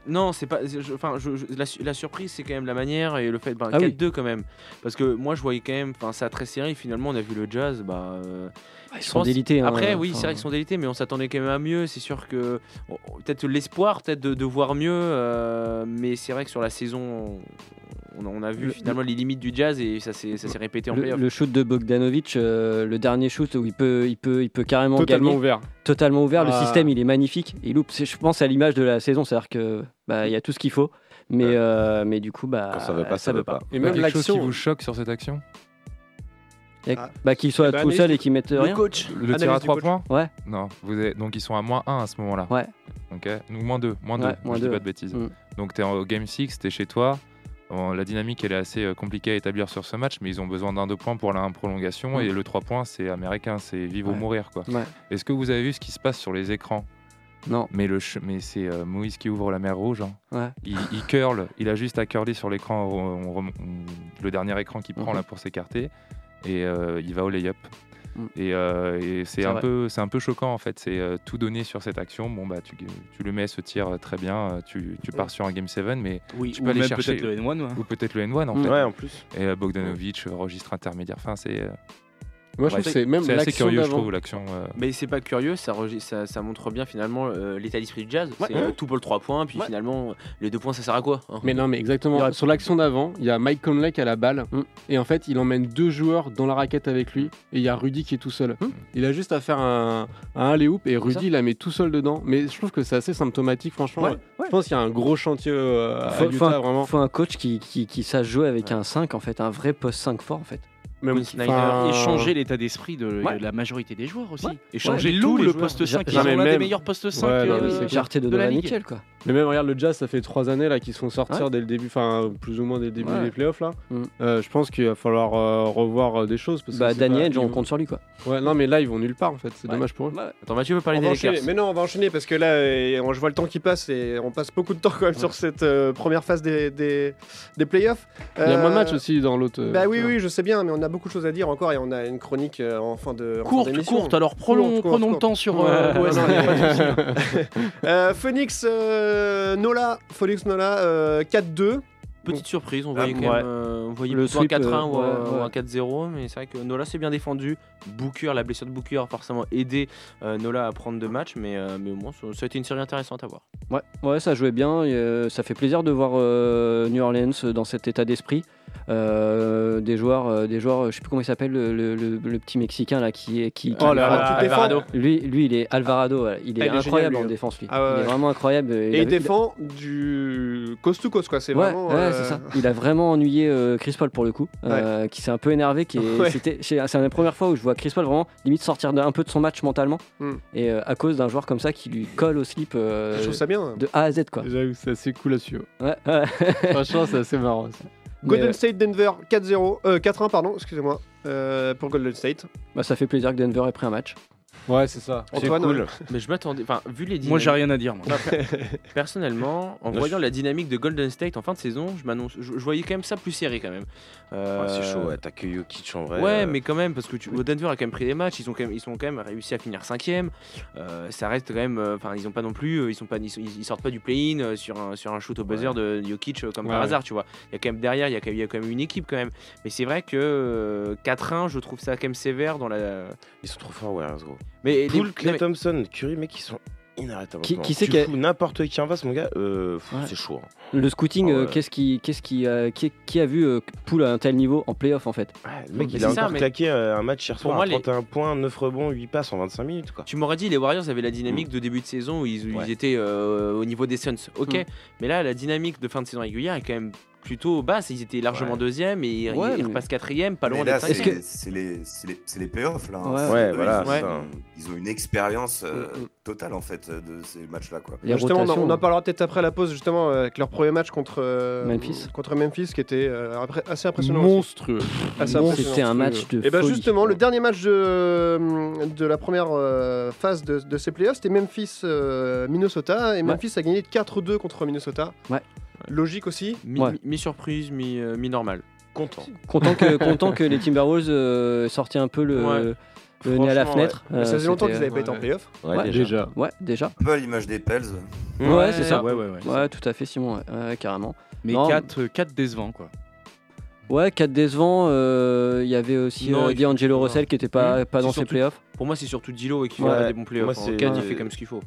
Speaker 4: Non, c'est pas. je- Enfin, je- je- la, su- la surprise, c'est quand même la manière et le fait. Ben,
Speaker 3: Ah oui.
Speaker 4: 4-2 quand même. Parce que moi, je voyais quand même. Enfin, ça a très serré. Finalement, on a vu le jazz. Bah, euh,
Speaker 3: ils
Speaker 4: je
Speaker 3: sont délités, hein,
Speaker 4: Après,
Speaker 3: euh,
Speaker 4: oui,
Speaker 3: enfin.
Speaker 4: c'est vrai qu'ils sont délités, mais on s'attendait quand même à mieux. C'est sûr que. on- on- Peut-être l'espoir, peut-être de, de voir mieux. euh, mais c'est vrai que sur la saison, on, on a vu
Speaker 3: Le-
Speaker 4: finalement les limites du jazz et ça s'est ça s'est répété en
Speaker 3: Le,
Speaker 4: playoff.
Speaker 3: le shoot de Bogdanovic, euh, le dernier shoot où il peut, il peut, il peut carrément
Speaker 10: Totalement
Speaker 3: gagner.
Speaker 10: ouvert.
Speaker 3: Totalement ouvert.
Speaker 10: Ah.
Speaker 6: Bah.
Speaker 3: Le système, il est magnifique. Il loupe. C'est- Je pense à l'image de la saison, c'est-à-dire que bah, il y a tout ce qu'il faut, mais, euh, mais du coup, bah,
Speaker 5: Quand ça veut pas, ça
Speaker 3: veut
Speaker 5: veut pas.
Speaker 6: Et même Bah, euh, quelque chose qui vous choque sur cette action
Speaker 3: Et- bah, qu'il soit
Speaker 6: Eh ben,
Speaker 3: tout seul
Speaker 6: analyse-
Speaker 3: et qu'il mette rien.
Speaker 6: Le tir à 3 points
Speaker 3: Ouais.
Speaker 6: Non. Vous êtes- Donc ils sont à moins 1 à ce moment-là.
Speaker 3: Ouais.
Speaker 6: Ok. Donc moins 2. Moins 2.
Speaker 3: Ouais, moins
Speaker 6: je
Speaker 3: deux,
Speaker 6: dis
Speaker 3: ouais.
Speaker 6: pas de bêtises.
Speaker 3: Mm.
Speaker 6: Donc t'es en game 6, t'es chez toi. Bon, la dynamique, elle est assez euh, compliquée à établir sur ce match, mais ils ont besoin d'un 2 points pour la prolongation.
Speaker 3: Mm.
Speaker 6: Et le 3 points, c'est américain, c'est vivre
Speaker 3: Ouais.
Speaker 6: ou mourir. quoi.
Speaker 3: Ouais.
Speaker 6: Est-ce que vous avez vu ce qui se passe sur les écrans
Speaker 3: Non.
Speaker 6: Mais, le ch- mais c'est euh, Moïse qui ouvre la mer rouge. hein.
Speaker 3: Ouais.
Speaker 6: Il, il curl, il a juste à curler sur l'écran, on- on rem- on- le dernier écran qu'il prend
Speaker 3: Mhm.
Speaker 6: là pour s'écarter, et euh, il va au lay-up.
Speaker 3: Mm.
Speaker 6: Et, euh, et c'est
Speaker 3: C'est
Speaker 6: un
Speaker 3: vrai.
Speaker 6: peu, c'est un peu choquant en fait. C'est euh, tout donné sur cette action. Bon bah tu, tu le mets ce tir euh, très bien. euh, Tu, tu pars sur un game 7 mais
Speaker 8: Oui,
Speaker 6: tu
Speaker 8: ou
Speaker 6: peux aller
Speaker 8: même
Speaker 6: chercher
Speaker 8: peut-être le N1, ouais.
Speaker 6: ou peut-être le N1 en
Speaker 5: Mm.
Speaker 6: fait.
Speaker 5: Ouais, en plus.
Speaker 6: Et euh, Bogdanovic, euh, registre intermédiaire. Enfin c'est. euh,
Speaker 10: Moi, je
Speaker 6: bref,
Speaker 10: trouve que c'est même
Speaker 6: assez
Speaker 10: l'action
Speaker 6: curieux je
Speaker 10: d'avant.
Speaker 6: trouve l'action. euh,
Speaker 4: Mais c'est pas curieux, ça, regi- ça, ça montre bien finalement euh, l'état d'esprit du jazz. C'est euh, tout pour le 3 points, puis finalement, les 2 points, ça sert à quoi hein
Speaker 10: Mais non, mais exactement.
Speaker 4: Il y aurait-
Speaker 10: Sur l'action d'avant, il y a Mike Conley qui a la balle. Et en fait, il emmène deux joueurs dans la raquette avec lui. Et il y a Rudy qui est tout seul. Il a juste à faire un, un alley-oop. Et
Speaker 3: ça.
Speaker 10: Rudy la met tout seul dedans. Mais je trouve que c'est assez symptomatique, franchement.
Speaker 3: Ouais,
Speaker 10: Je pense qu'il y a un gros chantier euh,
Speaker 5: Bah,
Speaker 10: à
Speaker 3: Faut, faut
Speaker 10: Utah,
Speaker 3: un,
Speaker 10: vraiment.
Speaker 3: faut un coach qui, qui, qui sache jouer avec un 5 en fait, un vrai post 5 fort en fait.
Speaker 10: Même
Speaker 8: Snyder et changer l'état d'esprit de,
Speaker 3: Ouais.
Speaker 8: de la majorité des joueurs aussi.
Speaker 3: Ouais.
Speaker 8: Et changer
Speaker 3: Ouais.
Speaker 8: tout
Speaker 3: Loue
Speaker 8: le
Speaker 3: les
Speaker 8: poste
Speaker 3: joueurs.
Speaker 8: 5. Ils
Speaker 10: Non,
Speaker 8: ont
Speaker 10: mais
Speaker 8: l'un des
Speaker 10: même-
Speaker 8: meilleurs postes 5
Speaker 10: Ouais,
Speaker 8: euh,
Speaker 10: non, mais c'est
Speaker 8: de,
Speaker 10: clair.
Speaker 3: Jarté de
Speaker 8: la
Speaker 3: Donovan
Speaker 8: Ligue.
Speaker 3: Mitchell quoi.
Speaker 10: Mais même regarde, le Jazz, ça fait trois années là qu'ils sont sortir dès le début, enfin plus ou moins dès le début
Speaker 3: Ouais.
Speaker 10: des playoffs là.
Speaker 3: Mm.
Speaker 10: Euh, je pense qu'il va falloir euh, revoir euh, des choses parce que
Speaker 3: Bah
Speaker 10: c'est
Speaker 3: Danny
Speaker 10: pas-
Speaker 3: Edge,
Speaker 10: ils
Speaker 3: on
Speaker 10: vont-
Speaker 3: compte sur lui quoi.
Speaker 10: Ouais, non mais là ils vont nulle part en fait, c'est
Speaker 3: Ouais.
Speaker 10: dommage pour eux.
Speaker 4: Attends, Mathieu veut parler
Speaker 2: On va
Speaker 4: des
Speaker 2: enchaîner.
Speaker 4: Lakers.
Speaker 2: Mais non, on va enchaîner parce que là, euh, on- je vois le temps qui passe et on passe beaucoup de temps quand même sur cette euh, première phase des, des, des playoffs.
Speaker 10: Il y a moins de
Speaker 2: Euh,
Speaker 10: matchs aussi dans l'autre. euh,
Speaker 2: Bah oui,
Speaker 10: tu vois.
Speaker 2: oui, je sais bien, mais on a beaucoup de choses à dire encore et on a une chronique euh, en fin de. en fin
Speaker 8: Courte,
Speaker 2: d'émission.
Speaker 8: courte. Alors prenons,
Speaker 2: Courte, courte,
Speaker 8: prenons le
Speaker 2: courte.
Speaker 8: temps sur.
Speaker 2: Ouais,
Speaker 8: euh,
Speaker 2: ouais, non, y a pas de souci. Euh, Phoenix euh, Nola, Phoenix Nola euh, 4-2.
Speaker 4: Petite surprise, on voyait
Speaker 3: Ah,
Speaker 4: quand
Speaker 3: ouais.
Speaker 4: même euh, on voyait
Speaker 3: Le
Speaker 4: plutôt
Speaker 3: sweep,
Speaker 4: un 4-1
Speaker 3: euh,
Speaker 4: ou, un-
Speaker 3: ouais, ouais.
Speaker 4: ou un 4-0, mais c'est vrai que Nola s'est bien défendu. Booker, la blessure de Booker a forcément aidé euh, Nola à prendre deux matchs, mais, euh, mais au moins, ça ça a été une série intéressante à voir.
Speaker 3: Ouais, ouais, ça jouait bien. et, euh, ça fait plaisir de voir euh, New Orleans euh, dans cet état d'esprit. Euh, des joueurs, euh, des joueurs, euh, je sais plus comment il s'appelle, le, le- le- le petit mexicain là qui est qui.
Speaker 10: Oh là
Speaker 3: qui-
Speaker 10: là,
Speaker 2: tu défends.
Speaker 4: Alvarado.
Speaker 3: Lui, lui, il est Alvarado. voilà. Il
Speaker 2: Ah,
Speaker 3: est,
Speaker 2: il est génial,
Speaker 3: incroyable
Speaker 2: lui,
Speaker 3: en
Speaker 2: hein.
Speaker 3: défense lui.
Speaker 2: Ah ouais,
Speaker 3: il est
Speaker 2: ouais.
Speaker 3: vraiment incroyable. Il
Speaker 2: Et
Speaker 3: a-
Speaker 2: il défend du coast to coast, quoi. C'est
Speaker 3: Ouais,
Speaker 2: vraiment.
Speaker 3: ouais,
Speaker 2: euh,
Speaker 3: c'est ça. Il a vraiment ennuyé euh, Chris Paul pour le coup, euh, qui s'est un peu énervé. qui est-
Speaker 2: Ouais.
Speaker 3: c'était- C'est c'est la première fois où je vois Chris Paul vraiment limite sortir d'un- un peu de son match mentalement.
Speaker 2: Hmm.
Speaker 3: Et euh, à cause d'un joueur comme ça qui lui colle au slip euh,
Speaker 2: Je trouve ça bien.
Speaker 3: de A à Z quoi.
Speaker 10: J'avoue, c'est assez cool à suivre.
Speaker 3: Ouais, ouais.
Speaker 10: Franchement, c'est assez marrant. ça.
Speaker 3: Mais,
Speaker 2: Golden
Speaker 3: euh,
Speaker 2: State Denver 4-0, euh, 4-1 pardon, excusez-moi, euh, pour Golden State.
Speaker 3: bah, ça fait plaisir que Denver ait pris un match.
Speaker 10: Ouais, c'est ça.
Speaker 2: Antoine,
Speaker 5: cool.
Speaker 4: Mais je m'attendais, enfin, vu les
Speaker 8: Moi j'ai
Speaker 4: dynamiques-
Speaker 8: rien à dire. moi.
Speaker 4: Personnellement, en
Speaker 5: Là,
Speaker 4: voyant la dynamique de Golden State en fin de saison, je, m'annonce, je, je voyais quand même ça plus serré quand même. Euh,
Speaker 5: Ouais, c'est chaud, ouais. T'as que Jokic en vrai.
Speaker 4: Ouais,
Speaker 5: euh,
Speaker 4: mais quand même, parce que tu, Denver a quand même pris des matchs, ils ont quand même, ils sont quand même réussi à finir cinquième. Euh, ça reste quand même, euh, enfin, ils ont pas non plus, euh, ils sont pas, ils, sont- ils sortent pas du play-in euh, sur un sur un shoot au buzzer de Jokic euh, comme
Speaker 10: Ouais,
Speaker 4: par
Speaker 10: ouais.
Speaker 4: hasard, tu vois. Il y a quand même derrière, il y a, quand- il y a quand même une équipe quand même. Mais c'est vrai que euh, 4-1, je trouve ça quand même sévère dans la.
Speaker 5: Ils sont trop forts, Warriors, gros.
Speaker 4: Mais les-
Speaker 5: Poole,
Speaker 4: non,
Speaker 5: Clay
Speaker 4: mais-
Speaker 5: Thompson, Curry, mec, ils sont inarrêtables.
Speaker 3: Qui-
Speaker 5: en
Speaker 3: qui
Speaker 5: ce
Speaker 3: c'est
Speaker 5: moment.
Speaker 3: qui a-
Speaker 5: Tu fous n'importe qui en face, mon gars, euh, pff,
Speaker 3: Ouais.
Speaker 5: c'est chaud. hein.
Speaker 3: Le scouting,
Speaker 5: Ah
Speaker 3: euh,
Speaker 5: ouais.
Speaker 3: qu'est-ce qui, qu'est-ce qui, euh, qui, qui a vu euh, Poul à un tel niveau en playoff en fait
Speaker 5: Ouais, le mec,
Speaker 4: Mais
Speaker 5: il
Speaker 4: c'est
Speaker 5: a
Speaker 4: ça,
Speaker 5: encore
Speaker 4: mais-
Speaker 5: claqué euh, un match hier
Speaker 4: Pour
Speaker 5: soir
Speaker 4: moi,
Speaker 5: à
Speaker 4: les-
Speaker 5: 31 points, 9 rebonds, 8 passes en 25 minutes, quoi.
Speaker 4: Tu m'aurais dit, les Warriors avaient la
Speaker 2: Mm.
Speaker 4: dynamique de début de saison où ils, où ils
Speaker 5: Ouais.
Speaker 4: étaient euh, au niveau des Suns. Ok,
Speaker 3: Mm.
Speaker 4: mais là, la dynamique de fin de saison régulière est quand même plutôt basse. Ils étaient largement
Speaker 9: Ouais.
Speaker 4: deuxième et ils,
Speaker 9: Ouais,
Speaker 4: ils
Speaker 9: mais-
Speaker 4: repassent quatrième, pas
Speaker 9: Mais
Speaker 4: loin
Speaker 9: là,
Speaker 4: d'être
Speaker 9: c'est
Speaker 4: cinquième.
Speaker 9: les, c'est les, c'est les- c'est les playoffs, là. hein.
Speaker 4: Ouais.
Speaker 9: C'est-
Speaker 4: Ouais,
Speaker 9: eux,
Speaker 4: voilà,
Speaker 9: Ils,
Speaker 4: c'est
Speaker 9: ont-
Speaker 4: un-
Speaker 9: ils ont une expérience euh,
Speaker 2: Mm,
Speaker 9: totale, en fait, de ces matchs-là, quoi.
Speaker 2: Justement, on en-
Speaker 3: hein.
Speaker 2: on en parlera peut-être après la pause, justement, euh, avec leur premier match contre, euh,
Speaker 3: Memphis.
Speaker 2: contre Memphis, qui était euh, après- assez impressionnant.
Speaker 10: Monstrueux.
Speaker 2: Assez impressionnant.
Speaker 3: C'était un match de
Speaker 2: Et ben
Speaker 3: folie.
Speaker 2: justement, le dernier match de, euh, de la première euh, phase de, de ces playoffs, c'était Memphis-Minnesota. et Memphis a gagné 4-2 contre Minnesota.
Speaker 3: Ouais.
Speaker 2: Logique aussi.
Speaker 4: Mi, mi- mi-surprise, mi, euh, mi-normal.
Speaker 5: Content.
Speaker 3: Content que, content que les Timberwolves euh, sortaient un peu le,
Speaker 4: Ouais.
Speaker 3: le nez à la
Speaker 4: Franchement,
Speaker 3: fenêtre. Euh,
Speaker 4: ouais. Mais ça faisait longtemps
Speaker 3: c'était-
Speaker 4: qu'ils avaient pas été en playoff.
Speaker 3: Ouais,
Speaker 4: Ouais,
Speaker 3: déjà.
Speaker 4: déjà.
Speaker 3: Ouais, déjà.
Speaker 9: Un peu à l'image des Pels.
Speaker 3: Ouais, c'est ça. Ouais, tout à fait, Simon. Ouais, ouais, carrément.
Speaker 8: Mais
Speaker 3: Non,
Speaker 8: 4 décevants, quoi.
Speaker 3: Ouais, 4 décevants. euh, Il y avait aussi
Speaker 4: Non,
Speaker 3: euh,
Speaker 4: il fait-
Speaker 3: D'Angelo Russell qui n'était pas,
Speaker 4: Mmh.
Speaker 3: pas dans
Speaker 4: C'est
Speaker 3: ses
Speaker 4: surtout-
Speaker 3: playoffs.
Speaker 4: Pour moi, c'est surtout Dilo et qui fait
Speaker 5: Ouais.
Speaker 4: des bons
Speaker 5: Moi,
Speaker 4: playoffs.
Speaker 5: c'est-
Speaker 4: En 4, il fait comme ce qu'il faut.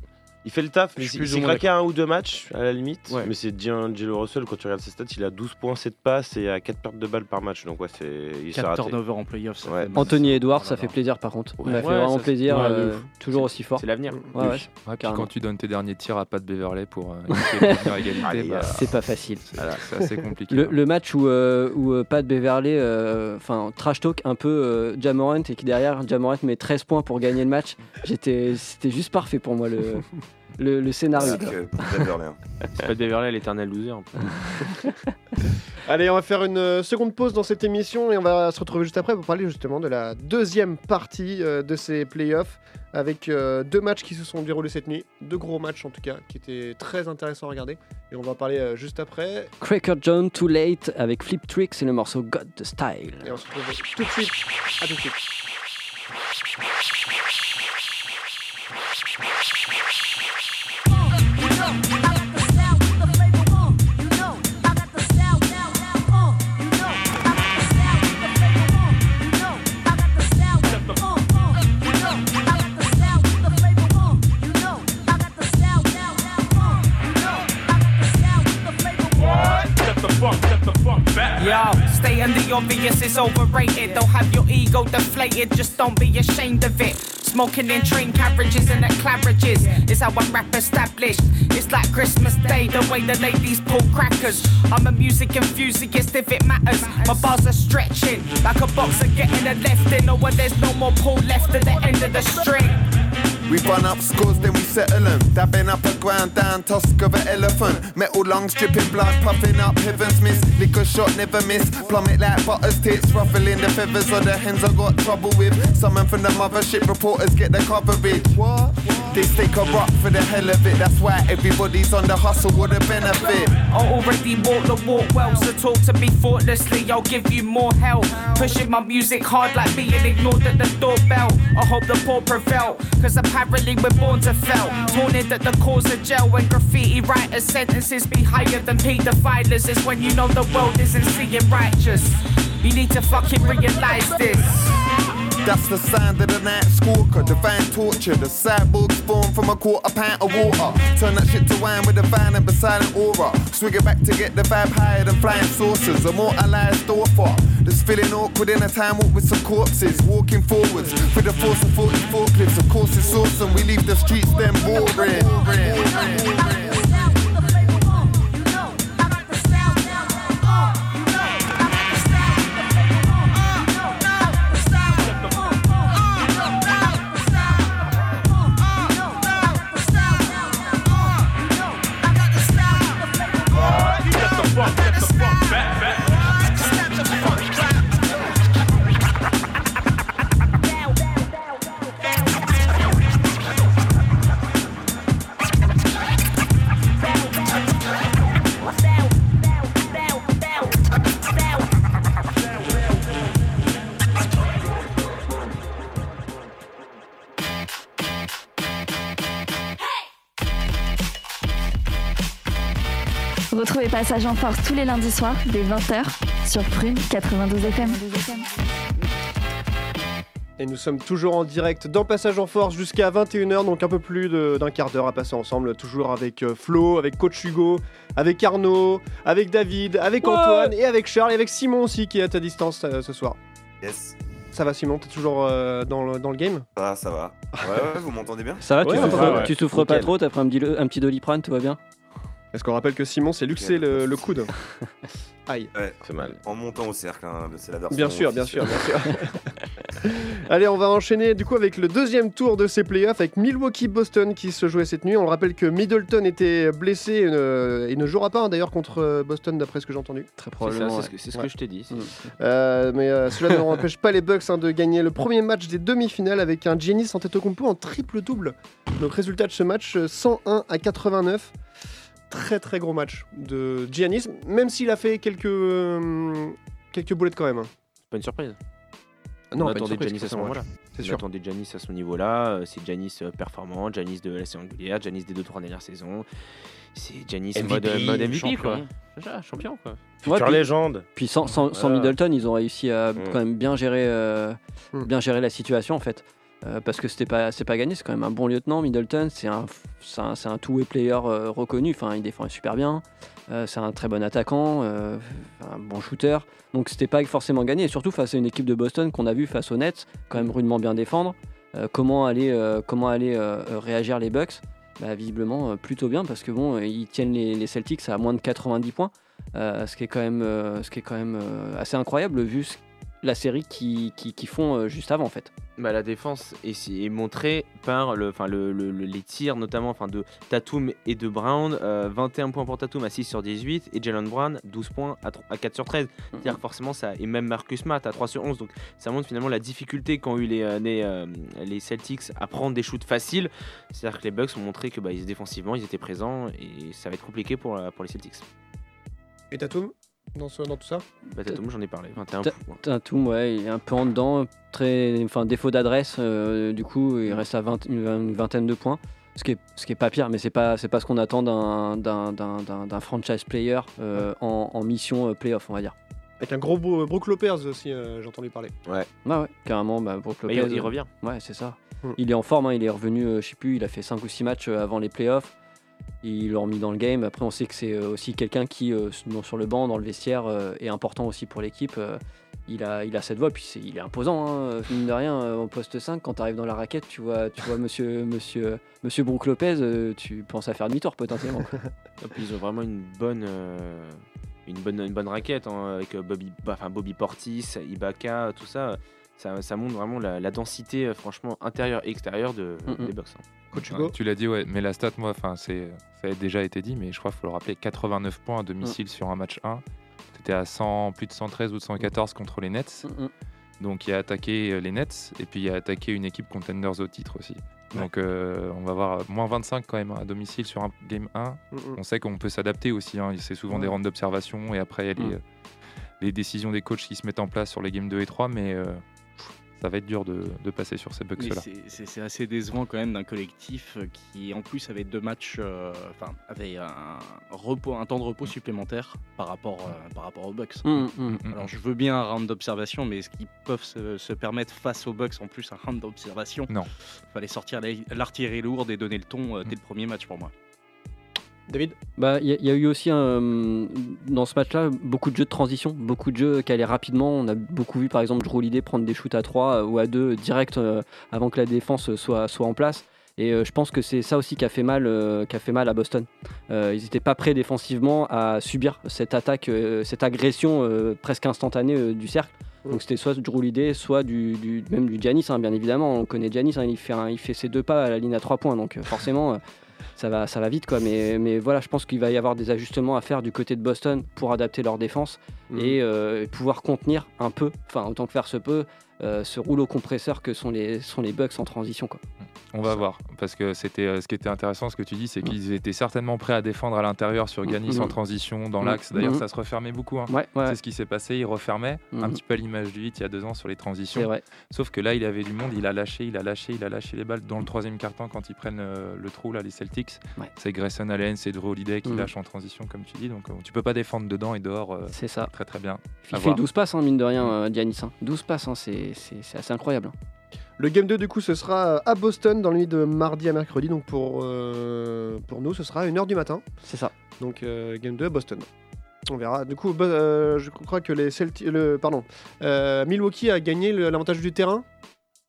Speaker 5: Il fait le taf, mais
Speaker 4: Je suis
Speaker 5: il
Speaker 4: plus ou
Speaker 5: s'est
Speaker 4: moins
Speaker 5: craqué à un ou deux matchs à la limite. Mais c'est D'Angelo Russell, quand tu regardes ses stats, il a 12 points, 7 passes et à 4 pertes de balles par match. Donc ouais, c'est. Il s'est
Speaker 8: Quatre
Speaker 5: raté.
Speaker 8: turnovers en playoff, ça fait mal.
Speaker 3: Anthony Edwards, ça fait plaisir par contre. Il m'a fait
Speaker 6: Ouais,
Speaker 3: vraiment
Speaker 6: ça-
Speaker 3: plaisir.
Speaker 6: ouais, de
Speaker 3: euh,
Speaker 6: ouf.
Speaker 3: toujours aussi fort.
Speaker 4: C'est l'avenir.
Speaker 3: Ouais, ouais,
Speaker 6: puis
Speaker 3: carrément.
Speaker 6: quand tu donnes tes derniers tirs à Pat Beverley pour euh, éviter de revenir à égalité, bah,
Speaker 3: Ah, c'est pas facile.
Speaker 6: C'est c'est assez compliqué. hein.
Speaker 3: Le, le match où, euh, où euh, Pat Beverley, euh, enfin trash talk un peu euh, Jamorant et qui derrière Jamorant met 13 points pour gagner le match, j'étais, c'était juste parfait pour moi le, le, le
Speaker 2: Ah,
Speaker 3: scénario.
Speaker 9: Avec, euh, Pat Beverley, hein.
Speaker 4: C'est pas de Beverley, l'éternel loser. en plus.
Speaker 2: Allez, on va faire une euh, seconde pause dans cette émission et on va se retrouver juste après pour parler justement de la deuxième partie euh, de ces playoffs avec euh, deux matchs qui se sont déroulés cette nuit, deux gros matchs en tout cas, qui étaient très intéressants à regarder et on va en parler euh, juste après.
Speaker 3: Cracker John Too Late avec Flip Tricks et le morceau God the Style.
Speaker 2: Et on se retrouve tout de suite. À tout de suite.
Speaker 12: Yo, staying the obvious is overrated. Don't have your ego deflated, just don't be ashamed of it. Smoking in train carriages and at Claridge's is how I rap established. It's like Christmas Day, the way the ladies pull crackers. I'm a music enthusiast if it matters. My bars are stretching like a boxer getting a left in, or when there's no more pull left at the end of the string.
Speaker 13: We run up scores, then we settle them. Dabbing up a ground down tusk of an elephant. Metal lungs dripping blood, puffing up heaven's mist. Liquor shot, never miss. Plummet like butters tits, ruffling the feathers of the hens I got trouble with. Someone from the mothership reporters get the coverage. What? They stay corrupt for the hell of it. That's why everybody's on the hustle with the benefit.
Speaker 12: I already walk the walk well, so talk to me thoughtlessly. I'll give you more hell. Pushing my music hard like being ignored at the doorbell. I hope the poor prevail, cause apparently we're born to fail. Taunted that the cause of jail when graffiti writers' sentences be higher than paedophiles. It's when you know the world isn't seeing righteous. You need to fucking realize this.
Speaker 13: That's the sound of the night squawker, divine torture. The cyborgs born from a quarter pint of water. Turn that shit to wine with a vine and beside an aura. Swig it back to get the vibe higher than flying saucers. Immortalized author. That's feeling awkward in a time walk with some corpses. Walking forwards with the force of 40 forklifts. Of course it's awesome, we leave the streets then boring.
Speaker 1: Retrouvez Passage en Force tous les lundis soirs dès 20h sur Prune 92 FM.
Speaker 2: Et nous sommes toujours en direct dans Passage en Force jusqu'à 21h, donc un peu plus de- d'un quart d'heure à passer ensemble, toujours avec euh, Flo, avec Coach Hugo, avec Arnaud, avec David, avec
Speaker 9: Ouais.
Speaker 2: Antoine et avec Charles et avec Simon aussi qui est à ta distance euh, ce soir.
Speaker 9: Yes.
Speaker 2: Ça va Simon, t'es toujours euh, dans, le, dans le game
Speaker 9: Ça va, ça va. Ouais, ouais, vous m'entendez bien
Speaker 3: Ça va, tu
Speaker 2: Ouais,
Speaker 3: souffres,
Speaker 2: ouais, ouais.
Speaker 3: tu souffres pas
Speaker 2: Nickel.
Speaker 3: trop T'as pris un petit, un petit doliprane, tout va bien
Speaker 2: Parce qu'on rappelle que Simon s'est luxé le, le coude. Aïe.
Speaker 9: Ouais. mal. En montant au cercle, hein, c'est la version.
Speaker 2: Bien sûr, bien sûr,
Speaker 9: officielle.
Speaker 2: bien sûr. Allez, on va enchaîner du coup avec le deuxième tour de ces playoffs avec Milwaukee-Boston qui se jouait cette nuit. On le rappelle que Middleton était blessé et ne, et ne jouera pas hein, d'ailleurs contre euh, Boston d'après ce que j'ai entendu. Très
Speaker 4: probablement, C'est ça, c'est ce que- ouais. c'est ce que je t'ai dit.
Speaker 2: mais Mm. euh, cela ne empêche pas les Bucks hein, de gagner le premier match des demi-finales avec un Giannis Antetokounmpo en triple-double. Donc résultat de ce match, euh, 101 à 89. Très très gros match de Giannis, même s'il a fait quelques, euh, quelques boulettes quand même. hein.
Speaker 4: C'est pas une surprise.
Speaker 2: Non,
Speaker 4: on
Speaker 2: pas une
Speaker 4: attendait
Speaker 2: surprise,
Speaker 4: Janis à ce
Speaker 2: forcément,
Speaker 4: moment-là.
Speaker 2: c'est
Speaker 4: On
Speaker 2: sûr.
Speaker 4: attendait Janis à ce niveau-là. euh, C'est Janis euh, performant, Janis de la saison régulière, Janis des 2-3 dernières saisons. C'est Janis en mode, euh,
Speaker 5: MVP,
Speaker 4: mode MVP, quoi.
Speaker 5: champion.
Speaker 4: C'est ça, champion, quoi.
Speaker 5: Future
Speaker 3: puis-
Speaker 5: légende.
Speaker 3: Puis sans, sans- sans
Speaker 5: Voilà.
Speaker 3: Middleton, ils ont réussi à
Speaker 5: Mm.
Speaker 3: quand même bien gérer, euh, bien gérer la situation en fait. Euh, parce que c'était pas, c'est pas gagné, c'est quand même un bon lieutenant. Middleton, c'est un, c'est un, c'est un two-way player euh, reconnu. Enfin, il défend super bien. Euh, c'est un très bon attaquant, euh, un bon shooter. Donc c'était pas forcément gagné. Et surtout face à une équipe de Boston qu'on a vu face aux Nets, quand même rudement bien défendre. Euh, comment aller, euh, comment aller euh, euh, réagir les Bucks bah, visiblement euh, plutôt bien parce que bon, euh, ils tiennent les, les Celtics à moins de 90 points, euh, ce qui est quand même, euh, ce qui est quand même euh, assez incroyable vu ce- la série qu'ils qui, qui font euh, juste avant en fait.
Speaker 4: Bah, la défense est, c'est- est montrée par le, enfin, le, le- le- les tirs, notamment enfin, de Tatum et de Brown. euh, 21 points pour Tatum à 6 sur 18 et Jalen Brown 12 points à, tro- à 4 sur 13. C'est-à-dire que forcément, ça, et même Marcus Matt à 3 sur 11. Donc ça montre finalement la difficulté qu'ont eu les, euh, les, euh, les Celtics à prendre des shoots faciles. C'est-à-dire que les Bucks ont montré que bah, ils- défensivement, ils étaient présents et ça va être compliqué pour, euh, pour les Celtics.
Speaker 2: Et Tatum dans, ce- dans tout ça
Speaker 4: Bah, Tatum, j'en ai parlé, 21
Speaker 3: Ta-
Speaker 4: points.
Speaker 3: Tatum, ouais, il est un peu en dedans, très, enfin défaut d'adresse, euh, du coup
Speaker 4: Mm.
Speaker 3: il reste à 20 une une vingtaine de points, ce qui est, ce qui est pas pire, mais c'est pas, c'est pas ce qu'on attend d'un- d'un- d'un d'un- d'un franchise player euh, en, en mission euh, playoff, on va dire.
Speaker 2: Avec un gros beau, Brook Lopez aussi, euh, j'ai entendu parler.
Speaker 5: Ouais.
Speaker 3: Ouais, ouais, carrément, bah, Brook
Speaker 4: Bah,
Speaker 3: Lopez.
Speaker 4: il- il
Speaker 3: euh,
Speaker 4: revient.
Speaker 3: Ouais, c'est ça.
Speaker 2: Mm.
Speaker 3: Il est en forme, hein, il est revenu, euh, je sais plus, il a fait 5 ou 6 matchs euh, avant les playoffs. Ils l'ont remis dans le game. Après, on sait que c'est euh, aussi quelqu'un qui, euh, s- dans- sur le banc, dans le vestiaire, euh, est important aussi pour l'équipe. Euh, il, a, il a cette voix, puis c'est- il est imposant, hein, euh, mine de rien, euh, en poste 5. Quand tu arrives dans la raquette, tu vois, tu vois monsieur, monsieur, monsieur Brook Lopez, euh, tu penses à faire demi-tour potentiellement. quoi.
Speaker 4: Et puis ils ont vraiment une bonne, euh, une bonne, une bonne raquette hein, avec euh, Bobby, bah, enfin, Bobby Portis, Ibaka, tout ça. Ça, ça montre vraiment la, la densité, euh, franchement, intérieure et extérieure de,
Speaker 3: Mm,
Speaker 4: des Bucks. hein.
Speaker 2: Coach
Speaker 6: Ouais, tu l'as dit, ouais, mais la stat, moi, enfin, c'est, ça a déjà été dit, mais je crois qu'il faut le rappeler 89 points à domicile sur un match 1. C'était à 100, plus de 113 ou de 114 contre les Nets. Donc il a attaqué euh, les Nets et puis il a attaqué une équipe contenders au titre aussi. Donc euh, on va voir euh, moins 25 quand même à domicile sur un game 1.
Speaker 2: Mhm.
Speaker 6: On sait qu'on peut s'adapter aussi. hein. C'est souvent des
Speaker 2: Ouais.
Speaker 6: rounds d'observation et après il y a les,
Speaker 2: Mhm.
Speaker 6: euh, les décisions des coachs qui se mettent en place sur les games 2 et 3, mais euh, ça va être dur de, de passer sur ces
Speaker 8: Mais
Speaker 6: bugs-là.
Speaker 8: c'est- C'est c'est assez décevant quand même d'un collectif euh, qui en plus avait deux matchs, euh, enfin avait un, repos, un temps de repos supplémentaire par rapport, euh, par rapport aux Bucks.
Speaker 2: Mmh,
Speaker 3: Mm, mm, mm.
Speaker 8: Alors je veux bien un round d'observation, mais est-ce qu'ils peuvent se, se permettre face aux Bucks en plus un round d'observation
Speaker 6: Non.
Speaker 8: Fallait sortir la- l'artillerie lourde et donner le ton euh, dès
Speaker 10: Mmh.
Speaker 8: le premier match pour moi.
Speaker 2: David
Speaker 3: Bah, il y, a- il y a eu aussi euh, dans ce match-là beaucoup de jeux de transition, beaucoup de jeux qui allaient rapidement. On a beaucoup vu par exemple Drew Holiday prendre des shoots à 3 ou à 2 direct euh, avant que la défense soit, soit en place. Et euh, je pense que c'est ça aussi qui a fait mal, euh, qui a fait mal à Boston. Euh, ils n'étaient pas prêts défensivement à subir cette attaque, euh, cette agression euh, presque instantanée euh, du cercle. Donc c'était soit Drew Holiday, soit du, du- même du Giannis, hein, bien évidemment. On connaît Giannis, hein, il, fait un- il fait ses deux pas à la ligne à 3 points. Donc euh, forcément, euh, ça va, ça va vite quoi. Mais, mais voilà, je pense qu'il va y avoir des ajustements à faire du côté de Boston pour adapter leur défense
Speaker 6: Mhm.
Speaker 3: et euh, pouvoir contenir un peu, enfin autant que faire se peut, euh, ce rouleau compresseur que sont les, sont les Bucks en transition quoi.
Speaker 6: On va voir, parce que c'était euh, ce qui était intéressant, ce que tu dis, c'est qu'ils étaient certainement prêts à défendre à l'intérieur sur Ganis
Speaker 3: Mhm.
Speaker 6: en transition, dans
Speaker 3: Mhm.
Speaker 6: l'axe. D'ailleurs,
Speaker 3: Mhm.
Speaker 6: ça se refermait beaucoup. hein.
Speaker 3: Ouais, ouais.
Speaker 6: C'est ce qui s'est passé, il refermait, un
Speaker 3: Mhm.
Speaker 6: petit peu à l'image du hit il y a deux ans sur les transitions.
Speaker 3: C'est vrai.
Speaker 6: Sauf que là, il avait du monde, il a lâché, il a lâché, il a lâché les balles dans le troisième carton quand ils prennent euh, le trou, là, les Celtics.
Speaker 3: Ouais.
Speaker 6: C'est Grayson Allen, c'est Drew Holiday qui
Speaker 3: Mhm.
Speaker 6: lâche en transition, comme tu dis. Donc, euh, tu peux pas défendre dedans et dehors. euh,
Speaker 3: c'est ça.
Speaker 6: Très, très bien.
Speaker 3: Il
Speaker 6: À
Speaker 3: fait
Speaker 6: voir.
Speaker 3: 12 passes hein, mine de rien, euh, Giannis. hein. 12 passes, hein, c'est c'est- c'est assez incroyable. hein.
Speaker 2: Le game 2 du coup ce sera euh, à Boston dans la nuit de mardi à mercredi donc pour, euh, pour nous ce sera 1h du matin.
Speaker 3: C'est ça.
Speaker 2: Donc euh, game 2 à Boston. On verra. Du coup Bo- euh, je crois que les Celti- le pardon euh, Milwaukee a gagné le- l'avantage du terrain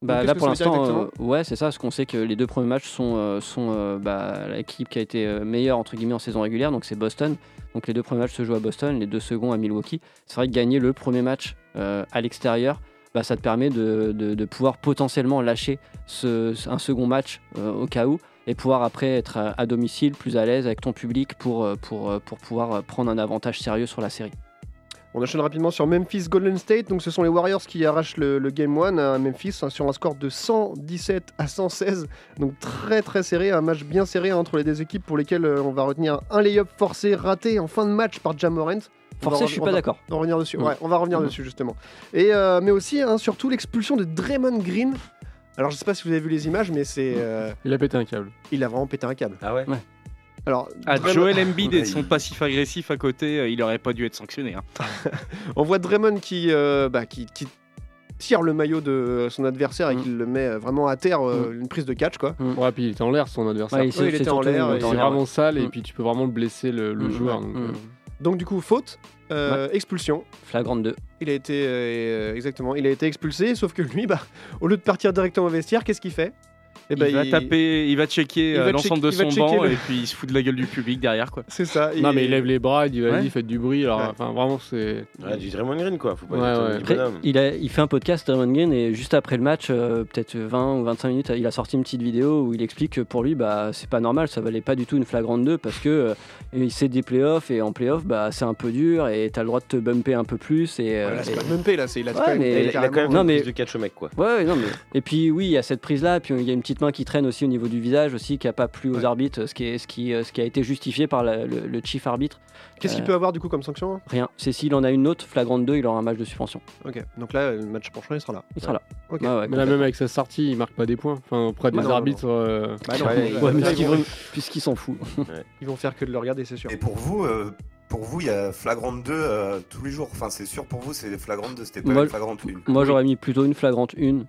Speaker 3: Bah,
Speaker 2: qu'est-ce
Speaker 3: là
Speaker 2: que
Speaker 3: pour
Speaker 2: ça veut dire
Speaker 3: l'instant, euh,
Speaker 2: exactement
Speaker 3: ouais, c'est ça, parce qu'on sait que les deux premiers matchs sont, euh, sont euh, bah, l'équipe qui a été euh, meilleure entre guillemets en saison régulière, donc c'est Boston. Donc les deux premiers matchs se jouent à Boston, les deux seconds à Milwaukee. C'est vrai que gagner le premier match euh, à l'extérieur, bah, ça te permet de, de- de pouvoir potentiellement lâcher ce, un second match euh, au cas où et pouvoir après être à, à domicile plus à l'aise avec ton public pour, euh, pour, euh, pour pouvoir euh, prendre un avantage sérieux sur la série.
Speaker 2: On enchaîne rapidement sur Memphis Golden State. Donc, ce sont les Warriors qui arrachent le, le Game 1 à Memphis hein, sur un score de 117 à 116. Donc, très très serré. Un match bien serré hein, entre les deux équipes pour lesquelles euh, on va retenir un layup forcé raté en fin de match par Jamorant. On va
Speaker 3: Forcé,
Speaker 2: re-
Speaker 3: je suis
Speaker 2: on
Speaker 3: pas
Speaker 2: va-
Speaker 3: d'accord.
Speaker 2: On va revenir dessus.
Speaker 3: Mm.
Speaker 2: Ouais, on va revenir
Speaker 3: Mm.
Speaker 2: dessus justement. Et euh, mais aussi, hein, surtout l'expulsion de Draymond Green. Alors, je sais pas si vous avez vu les images, mais c'est. euh,
Speaker 10: Il a pété un câble.
Speaker 2: il a vraiment pété un câble.
Speaker 5: Ah ouais.
Speaker 2: Alors,
Speaker 7: Ah,
Speaker 2: Draymond-
Speaker 7: Joel Embiid et son passif agressif à côté, euh, il aurait pas dû être sanctionné. hein.
Speaker 2: On voit Draymond qui, euh, bah, qui, qui tire le maillot de son adversaire
Speaker 3: Mm.
Speaker 2: et qui le met euh, vraiment à terre, euh, une prise de catch quoi.
Speaker 10: Mm. Ouais, puis il était en l'air son adversaire.
Speaker 2: Ouais, il s'est- Oui, il s'est était en surtout- l'air, il
Speaker 10: C'est
Speaker 2: était en l'air,
Speaker 10: vraiment
Speaker 2: ouais.
Speaker 10: sale et
Speaker 2: Mm.
Speaker 10: puis tu peux vraiment blesser le, le
Speaker 2: Mm.
Speaker 10: joueur.
Speaker 2: Ouais.
Speaker 10: donc, euh,
Speaker 2: Mm. Donc du coup faute, euh, expulsion.
Speaker 3: Flagrante 2.
Speaker 2: Il a été euh, exactement, il a été expulsé. Sauf que lui, bah, au lieu de partir directement au vestiaire, qu'est-ce qu'il fait Eh ben,
Speaker 7: il va taper, il va checker
Speaker 2: il
Speaker 7: euh,
Speaker 2: va
Speaker 7: l'ensemble de
Speaker 2: check- il
Speaker 7: son
Speaker 2: va checker
Speaker 7: banc
Speaker 2: le-
Speaker 7: et puis il se fout de la gueule du public derrière quoi.
Speaker 2: C'est ça.
Speaker 10: Non, mais il lève les bras, il dit vas-y,
Speaker 7: Ouais.
Speaker 10: faites du bruit. Alors,
Speaker 7: Ouais.
Speaker 10: enfin, vraiment, c'est.
Speaker 5: Ouais, du Draymond Green, quoi. Faut pas
Speaker 10: Ouais,
Speaker 5: être un
Speaker 10: ouais.
Speaker 5: petit
Speaker 10: Après,
Speaker 5: bonhomme.
Speaker 3: Il, a, il fait un podcast, Draymond Green, et juste après le match, euh, peut-être 20 ou 25 minutes, il a sorti une petite vidéo où il explique que pour lui, bah, c'est pas normal, ça valait pas du tout une flagrante 2 parce que euh, il sait des playoffs et en playoff, bah, c'est un peu dur et t'as le droit de te bumper un peu plus. Et, euh,
Speaker 2: Là, c'est
Speaker 3: et-
Speaker 2: pas même là, c'est il a
Speaker 3: Ouais,
Speaker 2: quand même-
Speaker 3: mais-
Speaker 2: il a
Speaker 3: il a
Speaker 2: carrément-
Speaker 3: quand même- Non, mais-
Speaker 5: de catch au mec, quoi.
Speaker 3: Ouais, ouais, non, mais. Et puis, oui, il y a cette prise-là, puis il y a une petite main qui traîne aussi au niveau du visage, aussi, qui n'a pas plu aux arbitres, ce qui, est, ce, qui, euh, ce qui a été justifié par la- le, le chief arbitre.
Speaker 2: Qu'est-ce qu'il
Speaker 3: Euh,
Speaker 2: peut avoir du coup comme sanction hein
Speaker 3: Rien. C'est s'il en a une autre, flagrante 2, il aura un match de suspension.
Speaker 2: Ok. Donc là, le match prochain, il sera là.
Speaker 3: Il sera là.
Speaker 2: Ok.
Speaker 3: Ouais, ouais,
Speaker 10: Mais là, même avec sa sortie, il marque pas des points. Enfin, auprès des
Speaker 2: Bah non,
Speaker 10: arbitres. euh,
Speaker 2: Bah non,
Speaker 10: ouais,
Speaker 2: mais-
Speaker 10: ouais, mais
Speaker 2: là,
Speaker 10: ce qu'ils
Speaker 2: ils vont-
Speaker 10: veulent-
Speaker 3: puisqu'il s'en fout.
Speaker 2: Ils vont faire que de le regarder, c'est sûr.
Speaker 9: Et pour vous, euh, pour vous, il y a flagrante 2 euh, tous les jours. Enfin, c'est sûr pour vous, c'est flagrante 2, c'était pas
Speaker 3: Moi-
Speaker 9: une flagrante 1.
Speaker 3: Moi, j'aurais mis plutôt une Euh, flagrante 1.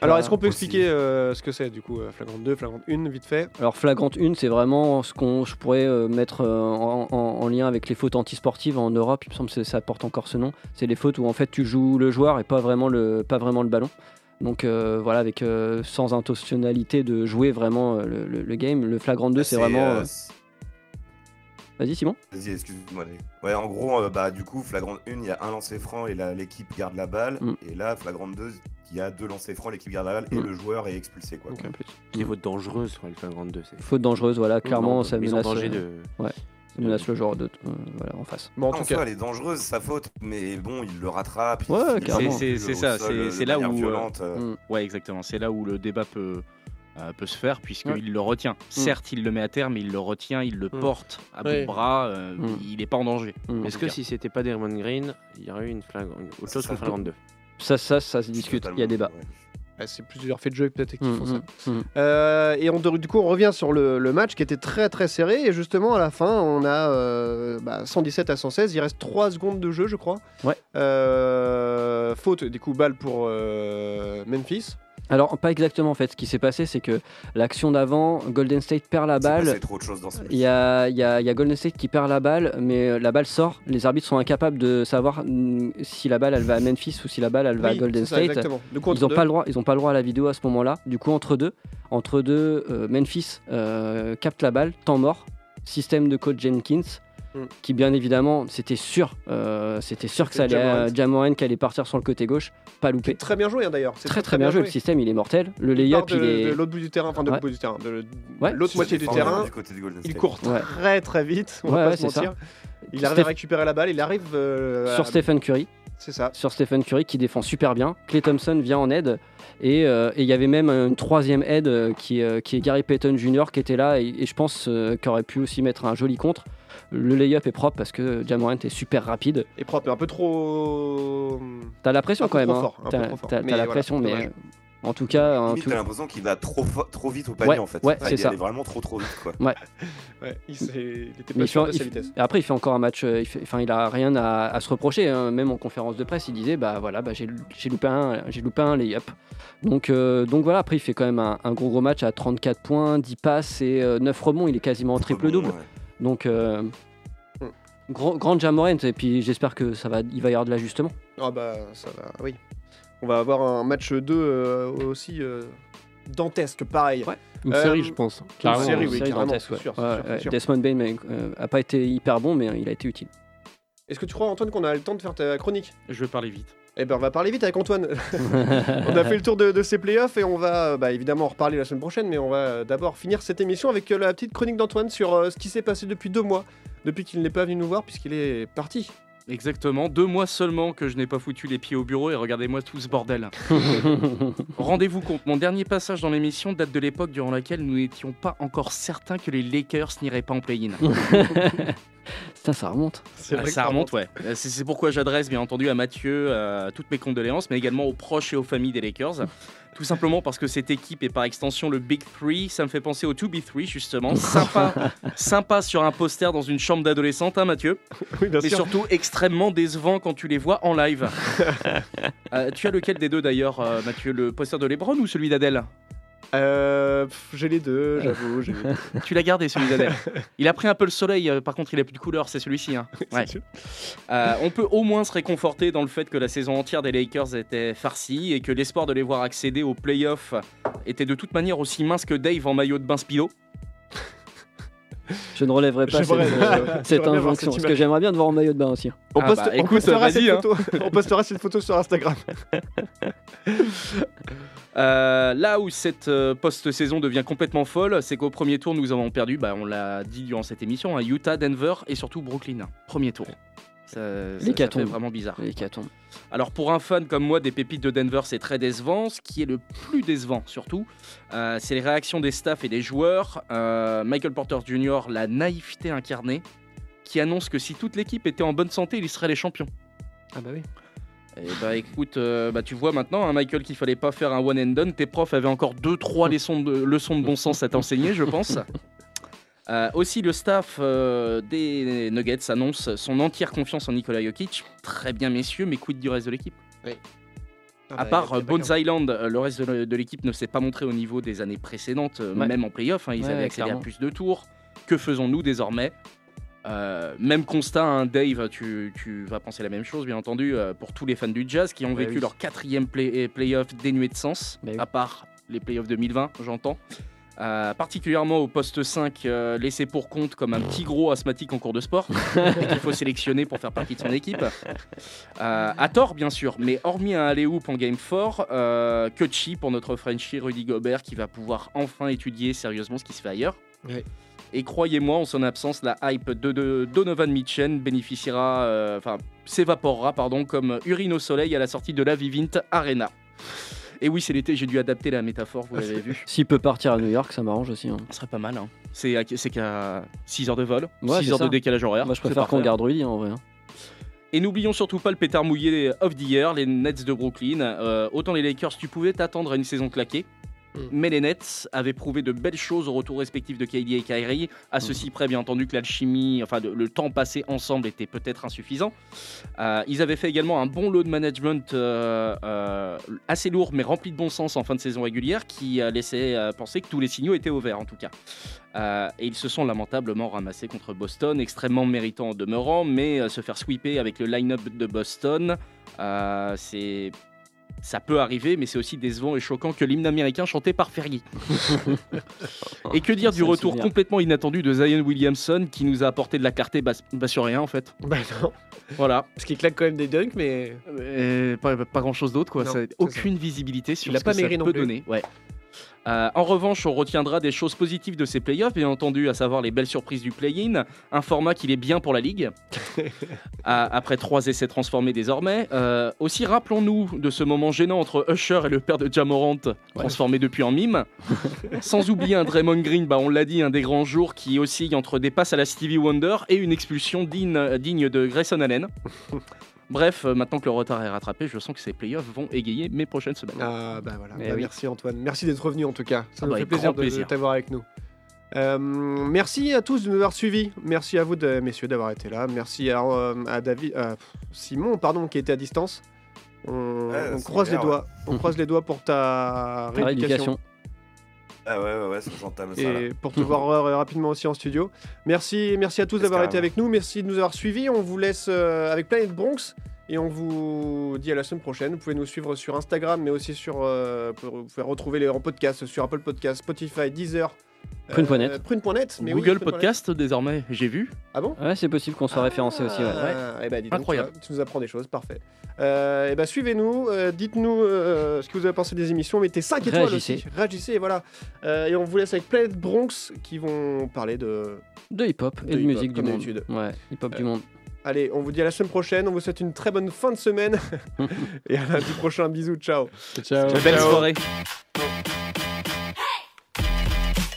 Speaker 2: Alors, est-ce qu'on peut expliquer euh, ce que c'est du coup euh, Flagrante 2, Flagrante 1, vite fait
Speaker 3: Alors flagrante 1, c'est vraiment ce qu'on je pourrais euh, mettre euh, en, en- en lien avec les fautes antisportives en Europe, il me semble que c'est- ça porte encore ce nom. C'est les fautes où en fait tu joues le joueur et pas vraiment le, pas vraiment le ballon. Donc euh, voilà, avec euh, sans intentionnalité de jouer vraiment euh, le, le- le game. Le flagrant 2, c'est
Speaker 9: c'est,
Speaker 3: vraiment...
Speaker 9: euh,
Speaker 3: euh, Vas-y Simon
Speaker 9: Vas-y, excuse-moi. allez. Ouais, en gros, euh, bah, du coup, flagrante 1, il y a un lancer franc et la- l'équipe garde la balle.
Speaker 3: Mm.
Speaker 9: Et là, flagrante 2, il y a deux lancers francs, l'équipe garde la balle et
Speaker 3: Mm.
Speaker 9: le joueur est expulsé. Quoi.
Speaker 4: Qui vaut dangereuse sur le flagrant 2. c'est-
Speaker 3: Faute dangereuse, voilà,
Speaker 4: Ils
Speaker 3: clairement
Speaker 4: ont-
Speaker 3: ça
Speaker 4: ils ont
Speaker 3: menace...
Speaker 4: danger
Speaker 3: euh,
Speaker 4: de-
Speaker 3: ouais, ça menace le joueur de, euh, voilà, en face.
Speaker 9: en soi, elle est dangereuse, sa faute, mais bon, il le rattrape. il
Speaker 3: Ouais,
Speaker 9: finit
Speaker 3: clairement.
Speaker 9: au
Speaker 7: C'est,
Speaker 9: sol,
Speaker 7: c'est
Speaker 9: au
Speaker 7: ça,
Speaker 9: sol,
Speaker 7: c'est,
Speaker 9: de
Speaker 7: c'est là
Speaker 9: manière
Speaker 7: où. euh,
Speaker 9: violente, euh,
Speaker 7: Ouais, exactement. C'est là où le débat peut, euh, peut se faire, puisqu'il
Speaker 10: Ouais.
Speaker 7: le retient. Certes, il le met à terre, mais il le retient, il le
Speaker 8: Mm.
Speaker 7: porte à bout
Speaker 4: Mm. Ouais.
Speaker 7: de bras, euh,
Speaker 4: Mm.
Speaker 7: il n'est pas en danger.
Speaker 4: Mais Est-ce que si c'était pas Draymond Green, il y aurait eu une flagrante, autre chose qu'une flagrante 2
Speaker 3: Ça, ça, ça se discute, il y a débat.
Speaker 2: Ah, C'est plusieurs faits de jeu peut-être qui
Speaker 3: Mm,
Speaker 2: font ça.
Speaker 3: mm, mm.
Speaker 2: Euh, et on, du coup, on revient sur le, le match qui était très très serré. Et justement, à la fin, on a euh, bah, 117 à 116. Il reste 3 secondes de jeu, je crois.
Speaker 3: Ouais.
Speaker 2: Euh, faute, du coup, balle pour euh, Memphis.
Speaker 3: Alors, pas exactement en fait. Ce qui s'est passé, c'est que l'action d'avant, Golden State perd la balle.
Speaker 9: passé trop de choses dans ce match.
Speaker 3: Il y a, il y a- il y a Golden State qui perd la balle, mais euh, la balle sort. Les arbitres sont incapables de savoir mm, si la balle elle va à Memphis ou si la balle elle va
Speaker 2: Oui,
Speaker 3: à Golden
Speaker 2: c'est ça,
Speaker 3: State.
Speaker 2: exactement. Du coup,
Speaker 3: ils
Speaker 2: entre
Speaker 3: n'ont
Speaker 2: deux.
Speaker 3: pas le droit, ils ont pas le droit à la vidéo à ce moment-là. Du coup, entre deux, entre deux, euh, Memphis euh, capte la balle, temps mort, système de coach Jenkins.
Speaker 2: Mm.
Speaker 3: Qui bien évidemment, c'était sûr, euh, c'était sûr que ça allait,
Speaker 2: C'était
Speaker 3: à-
Speaker 2: Jamorant.
Speaker 3: Jamorant qui allait partir sur le côté gauche, pas loupé.
Speaker 2: Très bien joué, hein, d'ailleurs. C'est
Speaker 3: Très très bien joué, le système il est mortel. Le
Speaker 2: Il part
Speaker 3: layup
Speaker 2: de,
Speaker 3: il est
Speaker 2: de l'autre bout du terrain, enfin de
Speaker 3: Ouais.
Speaker 2: l'autre bout du terrain, de
Speaker 3: Ouais.
Speaker 2: l'autre
Speaker 3: Sur
Speaker 2: moitié
Speaker 3: les
Speaker 2: du
Speaker 3: formes,
Speaker 2: terrain.
Speaker 9: du côté de Golden
Speaker 2: il
Speaker 9: State.
Speaker 2: court
Speaker 3: Ouais.
Speaker 2: très très vite, on
Speaker 3: Ouais,
Speaker 2: va
Speaker 3: ouais,
Speaker 2: pas se
Speaker 3: c'est ça.
Speaker 2: mentir. Il arrive
Speaker 3: Steph-
Speaker 2: à récupérer la balle, il arrive euh,
Speaker 3: sur
Speaker 2: à-
Speaker 3: Stephen Curry.
Speaker 2: C'est ça.
Speaker 3: Sur Stephen Curry qui défend super bien. Clay Thompson vient en aide. Et euh, et il y avait même une troisième aide euh, qui, euh, qui est Gary Payton Jr. qui était là et, et je pense euh, qu'aurait pu aussi mettre un joli contre. Le layup est propre parce que Jamorant est super rapide.
Speaker 2: Et propre, mais un peu trop.
Speaker 3: T'as la pression
Speaker 2: Un peu
Speaker 3: quand même.
Speaker 2: trop
Speaker 3: hein.
Speaker 2: fort, un peu
Speaker 3: T'as
Speaker 2: trop fort.
Speaker 3: t'as- t'as
Speaker 2: Mais
Speaker 3: la
Speaker 2: voilà,
Speaker 3: pression, mais
Speaker 2: dommage.
Speaker 3: euh, en tout cas. en
Speaker 9: Limite,
Speaker 3: tout-
Speaker 9: t'as l'impression qu'il va trop, fo- trop vite au panier
Speaker 3: Ouais,
Speaker 9: en fait.
Speaker 3: ouais,
Speaker 9: Ah,
Speaker 3: c'est
Speaker 9: il
Speaker 3: ça.
Speaker 9: allait vraiment trop trop vite quoi.
Speaker 3: Ouais.
Speaker 2: Ouais, il, s'est- il était
Speaker 3: Mais
Speaker 2: pas
Speaker 3: il
Speaker 2: sûr
Speaker 3: fait-
Speaker 2: de
Speaker 3: il
Speaker 2: sa
Speaker 3: fait-
Speaker 2: vitesse.
Speaker 3: et après, il fait encore un match. euh, il fait- Enfin, il, a rien à, à se reprocher. hein. Même en conférence de presse, il disait bah voilà, bah, j'ai j'ai loupé un, j'ai loupé un layup. Donc euh, donc voilà. Après, il fait quand même un, un gros gros match à 34 points, 10 passes et 9 rebonds. Il est quasiment en triple double. Donc euh,
Speaker 2: Hmm.
Speaker 3: grand, grand Jamorant. Et puis j'espère que ça va, il va y avoir de l'ajustement.
Speaker 2: Ah bah ça va, oui. On va avoir un match 2 euh, aussi euh, dantesque, pareil.
Speaker 10: Une
Speaker 2: Euh,
Speaker 10: série, je pense.
Speaker 2: Une
Speaker 10: Carrément,
Speaker 2: série,
Speaker 10: une
Speaker 2: oui,
Speaker 10: série
Speaker 2: carrément,
Speaker 10: dantesque,
Speaker 2: c'est
Speaker 10: ouais.
Speaker 2: sûr,
Speaker 3: Ouais,
Speaker 2: c'est sûr,
Speaker 3: ouais,
Speaker 2: c'est sûr.
Speaker 3: Desmond Bain euh, a pas été hyper bon, mais il a été utile.
Speaker 2: Est-ce que tu crois, Antoine, qu'on a le temps de faire ta chronique
Speaker 8: Je vais parler vite.
Speaker 2: Eh ben, on va parler vite avec Antoine. on a fait le tour de, de ces playoffs et on va euh, bah, évidemment en reparler la semaine prochaine, mais on va euh, d'abord finir cette émission avec euh, la petite chronique d'Antoine sur euh, ce qui s'est passé depuis deux mois, depuis qu'il n'est pas venu nous voir, puisqu'il est parti.
Speaker 8: Exactement, deux mois seulement que je n'ai pas foutu les pieds au bureau et regardez-moi tout ce bordel. Rendez-vous compte, mon dernier passage dans l'émission date de l'époque durant laquelle nous n'étions pas encore certains que les Lakers n'iraient pas en play-in.
Speaker 3: Ça, ça remonte.
Speaker 8: Ah, ça remonte, ouais. Euh, C'est c'est pourquoi j'adresse bien entendu à Mathieu euh, toutes mes condoléances, mais également aux proches et aux familles des Lakers. Tout simplement parce que cette équipe et par extension le Big Three, ça me fait penser au 2B3 justement. Sympa, sympa sur un poster dans une chambre d'adolescente, hein Mathieu
Speaker 2: Oui, bien
Speaker 8: Mais
Speaker 2: sûr.
Speaker 8: surtout extrêmement décevant quand tu les vois en live. Euh, tu as lequel des deux d'ailleurs, euh, Mathieu Le poster de Lebron ou celui d'Adèle
Speaker 2: Euh, pff, j'ai les deux, j'avoue. j'ai les deux.
Speaker 8: tu l'as gardé celui d'Adèle. Il a pris un peu le soleil, euh, par contre il a plus de couleur, c'est celui-ci. hein. Ouais. Euh, on peut au moins se réconforter dans le fait que la saison entière des Lakers était farcie et que l'espoir de les voir accéder aux playoffs était de toute manière aussi mince que Dave en maillot de bain Speedo.
Speaker 3: Je ne relèverai pas cette,
Speaker 8: J'aimerais-
Speaker 3: euh,
Speaker 8: j'aimerais
Speaker 3: cette
Speaker 8: bien voir
Speaker 3: injonction,
Speaker 8: cette
Speaker 3: parce que
Speaker 8: image.
Speaker 3: j'aimerais bien te voir en maillot de bain aussi. hein.
Speaker 2: On,
Speaker 8: Ah
Speaker 2: poste-
Speaker 8: bah,
Speaker 2: on
Speaker 8: écoute,
Speaker 2: postera cette
Speaker 8: vas-y, hein.
Speaker 2: photo, on postera cette photo sur Instagram.
Speaker 8: Euh, là où cette euh, post-saison devient complètement folle, c'est qu'au premier tour, nous avons perdu, bah, on l'a dit durant cette émission, hein, Utah, Denver et surtout Brooklyn. hein, Premier tour. Ça, ça- ça fait
Speaker 3: L'hécatombe.
Speaker 8: vraiment bizarre.
Speaker 3: L'hécatombe.
Speaker 8: Alors pour un fan comme moi des pépites de Denver, c'est très décevant. Ce qui est le plus décevant surtout, euh, c'est les réactions des staffs et des joueurs. Euh, Michael Porter Jr., la naïveté incarnée, qui annonce que si toute l'équipe était en bonne santé, il serait les champions.
Speaker 2: Ah bah oui.
Speaker 8: Et bah écoute, euh, bah tu vois maintenant, hein, Michael, qu'il fallait pas faire un one and done. Tes profs avaient encore 2-3 leçons de, leçons de bon sens à t'enseigner, je pense. Euh, aussi, le staff euh, des Nuggets annonce son entière confiance en Nikola Jokic. Très bien, messieurs, mais quid du reste de l'équipe à part euh, Bones Island, euh, le reste de, de l'équipe ne s'est pas montré au niveau des années précédentes, euh,
Speaker 3: Ouais.
Speaker 8: même en playoff. hein, ils
Speaker 3: Ouais,
Speaker 8: avaient accédé
Speaker 3: clairement.
Speaker 8: à plus de tours. Que faisons-nous désormais Euh, Même constat, hein, Dave, tu, tu vas penser la même chose, bien entendu, euh, pour tous les fans du jazz qui ont
Speaker 3: Ouais,
Speaker 8: vécu
Speaker 3: oui.
Speaker 8: leur quatrième play- euh, playoff dénué de sens, à part les playoffs 2020, j'entends. Euh, particulièrement au poste 5, euh, laissé pour compte comme un petit gros asthmatique en cours de sport, et qu'il faut sélectionner pour faire partie de son équipe. Euh, à tort, bien sûr, mais hormis un alley-oop en game 4, euh, que de chi pour notre Frenchie Rudy Gobert qui va pouvoir enfin étudier sérieusement ce qui se fait ailleurs. Et croyez-moi, en son absence, la hype de, de- Donovan Mitchell bénéficiera, euh, enfin, s'évaporera, pardon, comme urine au soleil à la sortie de la Vivint Arena. Et oui, c'est l'été, j'ai dû adapter la métaphore, vous l'avez vu.
Speaker 3: S'il peut partir à New York, ça m'arrange aussi. hein.
Speaker 8: Ce serait pas mal, hein. C'est à- c'est qu'à 6 heures de vol,
Speaker 3: Ouais,
Speaker 8: 6
Speaker 3: c'est
Speaker 8: heures
Speaker 3: ça.
Speaker 8: de décalage horaire.
Speaker 3: Moi, je
Speaker 8: c'est
Speaker 3: préfère qu'on
Speaker 8: parfait.
Speaker 3: garde Rudy hein, en vrai. hein.
Speaker 8: Et n'oublions surtout pas le pétard mouillé of the year, les Nets de Brooklyn. Euh, autant les Lakers, tu pouvais t'attendre à une saison claquée. Mais les Nets avaient prouvé de belles choses au retour respectif de KD et Kyrie. À ceci près, bien entendu, que l'alchimie, enfin de- le temps passé ensemble était peut-être insuffisant. Euh, ils avaient fait également un bon lot de management euh, euh, assez lourd, mais rempli de bon sens en fin de saison régulière, qui euh, laissait euh, penser que tous les signaux étaient au vert, en tout cas. Euh, et ils se sont lamentablement ramassés contre Boston, extrêmement méritant en demeurant, mais euh, se faire sweeper avec le line-up de Boston, euh, c'est. Ça peut arriver, mais c'est aussi décevant et choquant que l'hymne américain chanté par Fergie. et que dire du
Speaker 3: C'est un
Speaker 8: retour
Speaker 3: souvenir.
Speaker 8: complètement inattendu de Zion Williamson qui nous a apporté de la clarté bas, bas sur rien en fait
Speaker 2: Bah non.
Speaker 8: Voilà.
Speaker 14: Parce qu'il claque quand même des dunks, mais.
Speaker 8: Et pas, pas grand chose d'autre quoi.
Speaker 14: Non,
Speaker 8: Ça-
Speaker 14: c'est ça.
Speaker 8: aucune visibilité sur
Speaker 14: Il a
Speaker 8: ce
Speaker 14: pas
Speaker 8: que ça
Speaker 14: mérité non
Speaker 8: peut
Speaker 14: plus.
Speaker 8: donner. Ouais. Euh, en revanche, on retiendra des choses positives de ces playoffs, bien entendu, à savoir les belles surprises du play-in, un format qu'il est bien pour la ligue. Ah, après trois essais transformés désormais. Euh, aussi, rappelons-nous de ce moment gênant entre Usher et le père de Jamorant, transformé depuis en mime. Sans oublier un Draymond Green, bah, on l'a dit, un des grands jours qui oscille entre des passes à la Stevie Wonder et une expulsion digne, digne de Grayson Allen. Bref, euh, maintenant que le retard est rattrapé, je sens que ces playoffs vont égayer mes prochaines semaines.
Speaker 2: Ah bah voilà,
Speaker 8: Eh
Speaker 2: Bah,
Speaker 8: oui.
Speaker 2: merci Antoine, merci d'être revenu en tout cas, ça
Speaker 8: Ah
Speaker 2: nous
Speaker 8: bah,
Speaker 2: fait
Speaker 8: avec
Speaker 2: plaisir
Speaker 8: grand
Speaker 2: de, de
Speaker 8: plaisir.
Speaker 2: t'avoir avec nous. Euh, merci à tous de nous avoir suivis, merci à vous de- messieurs d'avoir été là, merci à, euh, à David, à Simon pardon qui était à distance. On,
Speaker 9: Ouais,
Speaker 2: on
Speaker 9: Ah, c'est
Speaker 2: croise les
Speaker 9: bien,
Speaker 2: doigts,
Speaker 9: ouais.
Speaker 2: on croise les doigts pour ta
Speaker 3: Ta
Speaker 2: rééducation
Speaker 3: rééducation.
Speaker 9: Ah ouais, ouais, ouais, ça j'entame ça. là.
Speaker 2: et pour te voir euh, rapidement aussi en studio. Merci, merci à tous d'avoir été
Speaker 9: carrément.
Speaker 2: avec nous, merci de nous avoir suivis. On vous laisse euh, avec Planet Bronx Et on vous dit à la semaine prochaine. Vous pouvez nous suivre sur Instagram, mais aussi sur. euh, pour- vous pouvez retrouver les, en podcast sur Apple Podcast, Spotify, Deezer. euh,
Speaker 3: Prune.net.
Speaker 2: Prune.net, mais oui,
Speaker 8: Google
Speaker 2: Prune.net.
Speaker 8: Podcast désormais, j'ai vu.
Speaker 2: Ah bon
Speaker 3: Ouais, c'est possible qu'on soit référencé aussi. Ouais.
Speaker 2: Ah, eh ben, dis donc,
Speaker 8: Incroyable.
Speaker 2: tu vois, tu nous apprends des choses, parfait. Euh, eh ben, suivez-nous, euh, dites-nous euh, ce que vous avez pensé des émissions, mettez 5 étoiles
Speaker 3: Réagissez.
Speaker 2: aussi. Réagissez, voilà. Euh, et on vous laisse avec Planet Bronx qui vont parler de.
Speaker 3: De hip-hop et de
Speaker 2: hip-hop,
Speaker 3: musique du
Speaker 2: comme
Speaker 3: monde.
Speaker 2: d'habitude. Euh,
Speaker 3: Ouais, hip-hop du monde.
Speaker 2: Allez, on vous dit à la semaine prochaine, on vous souhaite une très bonne fin de semaine. et à lundi prochain, bisous, ciao.
Speaker 10: Ciao.
Speaker 8: Belle soirée.